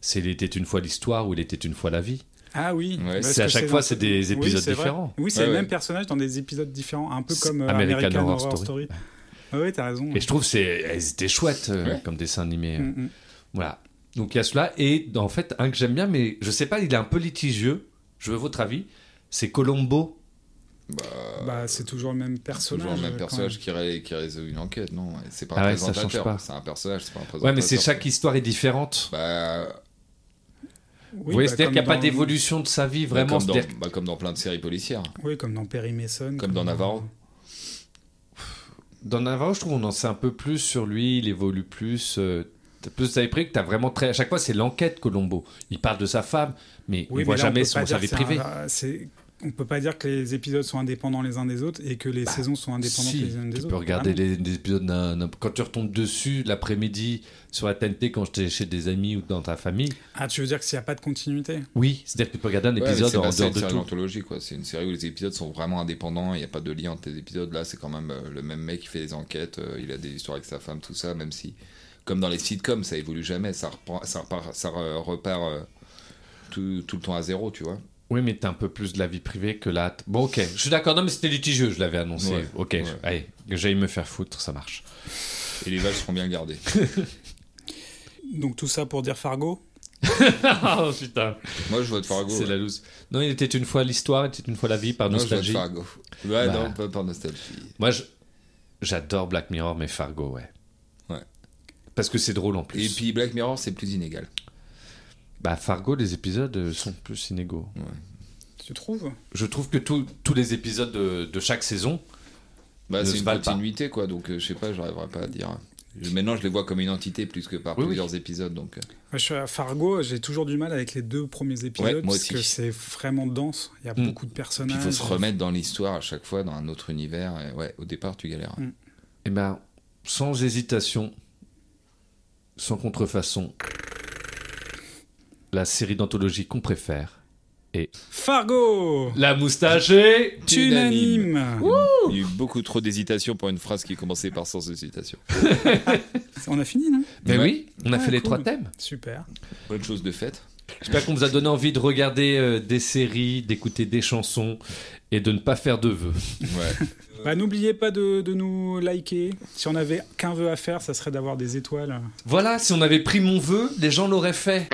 C'est Il était une fois l'histoire ou Il était une fois la vie. Ah oui. Ouais, Parce c'est à que chaque fois, dans- c'est des Oui, épisodes c'est vrai. différents. Oui, c'est Ouais, le ouais. même personnage dans des épisodes différents, un peu C'est comme euh, American American, Horror Horror Story. Story. Oui, t'as raison. Et je trouve que c'est elles étaient chouettes euh, Ouais. comme dessin animé. Mm, mm. Voilà. Donc il y a cela et en fait un que j'aime bien mais je sais pas, il est un peu litigieux. Je veux votre avis. C'est Colombo. Bah, c'est toujours le même personnage. Euh, Toujours le même quand personnage même. qui, ré- qui résout une enquête, non ouais. C'est pas un Ah ouais, ça change présentateur, pas. c'est un personnage, c'est pas un Ouais, présentateur. mais c'est chaque histoire est différente. Bah, Oui, Vous voyez, bah, c'est-à-dire comme qu'il n'y a pas dans- d'évolution de sa vie bah, vraiment. comme, dans, c'est-à-dire- Mmh. bah, comme dans plein de séries policières, Oui, comme dans Perry Mason. comme dans Navarro. Dans Navarro, je trouve on en sait un peu plus sur lui, il évolue plus. euh, T'as plus d'esprit que t'as vraiment très. À chaque fois, c'est l'enquête Colombo. Il parle de sa femme, mais Oui, on voit mais là, jamais peut son, pas sa dire vie que c'est privée. un- c'est- On peut pas dire que les épisodes sont indépendants les uns des autres et que les saisons sont indépendantes Bah, Si, les unes des tu autres. peux regarder vraiment. les, les épisodes d'un- d'un- quand tu retombes dessus l'après-midi sur la TNT quand j'étais chez des amis ou dans ta famille. Ah, tu veux dire que s'il n'y a pas de continuité Oui, c'est-à-dire que tu peux regarder un Ouais, mais épisode c'est en basé dehors sur de une tout. anthologie, quoi. C'est une série où les épisodes sont vraiment indépendants, il n'y a pas de lien entre les épisodes. Là, c'est quand même euh, le même mec qui fait des enquêtes, euh, il a des histoires avec sa femme, tout ça, même si, comme dans les sitcoms, ça évolue jamais, ça, reprend- ça repart, ça re- repart euh, tout, tout le temps à zéro, tu vois. Oui, mais t'as un peu plus de la vie privée que là. Bon, ok, je suis d'accord. Non, mais c'était litigieux, je l'avais annoncé. Ouais, ok, ouais. je- allez, que j'aille me faire foutre, ça marche. Et les vaches seront bien gardées. Donc tout ça pour dire Fargo oh putain, Moi, je vote Fargo. c'est ouais. la loose. Non, il était une fois l'histoire, il était une fois la vie par Moi, je vote nostalgie. Fargo. Ouais, Bah. non, pas par nostalgie. Moi, je- j'adore Black Mirror, mais Fargo, ouais. Ouais. Parce que c'est drôle en Et plus. puis Black Mirror, c'est plus inégal. Bah, Fargo, les épisodes euh, sont plus inégaux. Tu trouves Je trouve que tout- tous les épisodes de, de chaque saison. Bah, Ne c'est se une valent pas. continuité, quoi. Donc, euh, je sais pas, j'arriverai pas à dire. Je- Maintenant, je les vois comme une entité plus que par Oui, oui. plusieurs épisodes. Donc, euh, Moi, je suis à Fargo, j'ai toujours du mal avec les deux premiers épisodes moi parce aussi. que c'est vraiment dense. Il y a Mm. beaucoup de puis personnages. il faut se remettre dans l'histoire à chaque fois, dans un autre univers. Et ouais, au départ, tu galères. Eh ben, sans hésitation, sans contrefaçon, la série d'anthologie qu'on préfère est Fargo La moustache et. Unanime Il y a eu beaucoup trop d'hésitation pour une phrase qui commençait par sans hésitation. On a fini, non Ben Ouais. oui, on a Ah, fait les cool. trois thèmes. Super. Bonne chose de faite. J'espère qu'on vous a donné envie de regarder euh, des séries, d'écouter des chansons et de ne pas faire de vœux. Ouais. Bah, N'oubliez pas de, de nous liker. Si on avait qu'un vœu à faire, ça serait d'avoir des étoiles. Voilà, si on avait pris mon vœu, les gens l'auraient fait.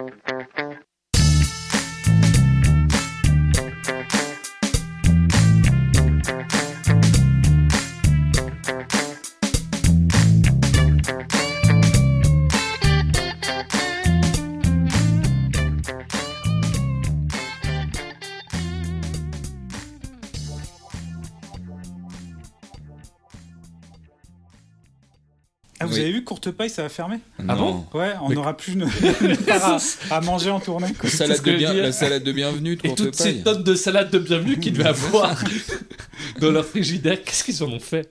Ah, vous Oui. avez vu, Courte Paille, ça va fermer Ah Non. Ouais, on Mais- n'aura plus une, une part à, à manger en tournée. la C'est salade, ce que de je bien- veux dire. la salade de bienvenue de Et toutes Courtepaille. ces tonnes de salade de bienvenue qu'ils devaient avoir dans leur frigidaire, qu'est-ce qu'ils en ont fait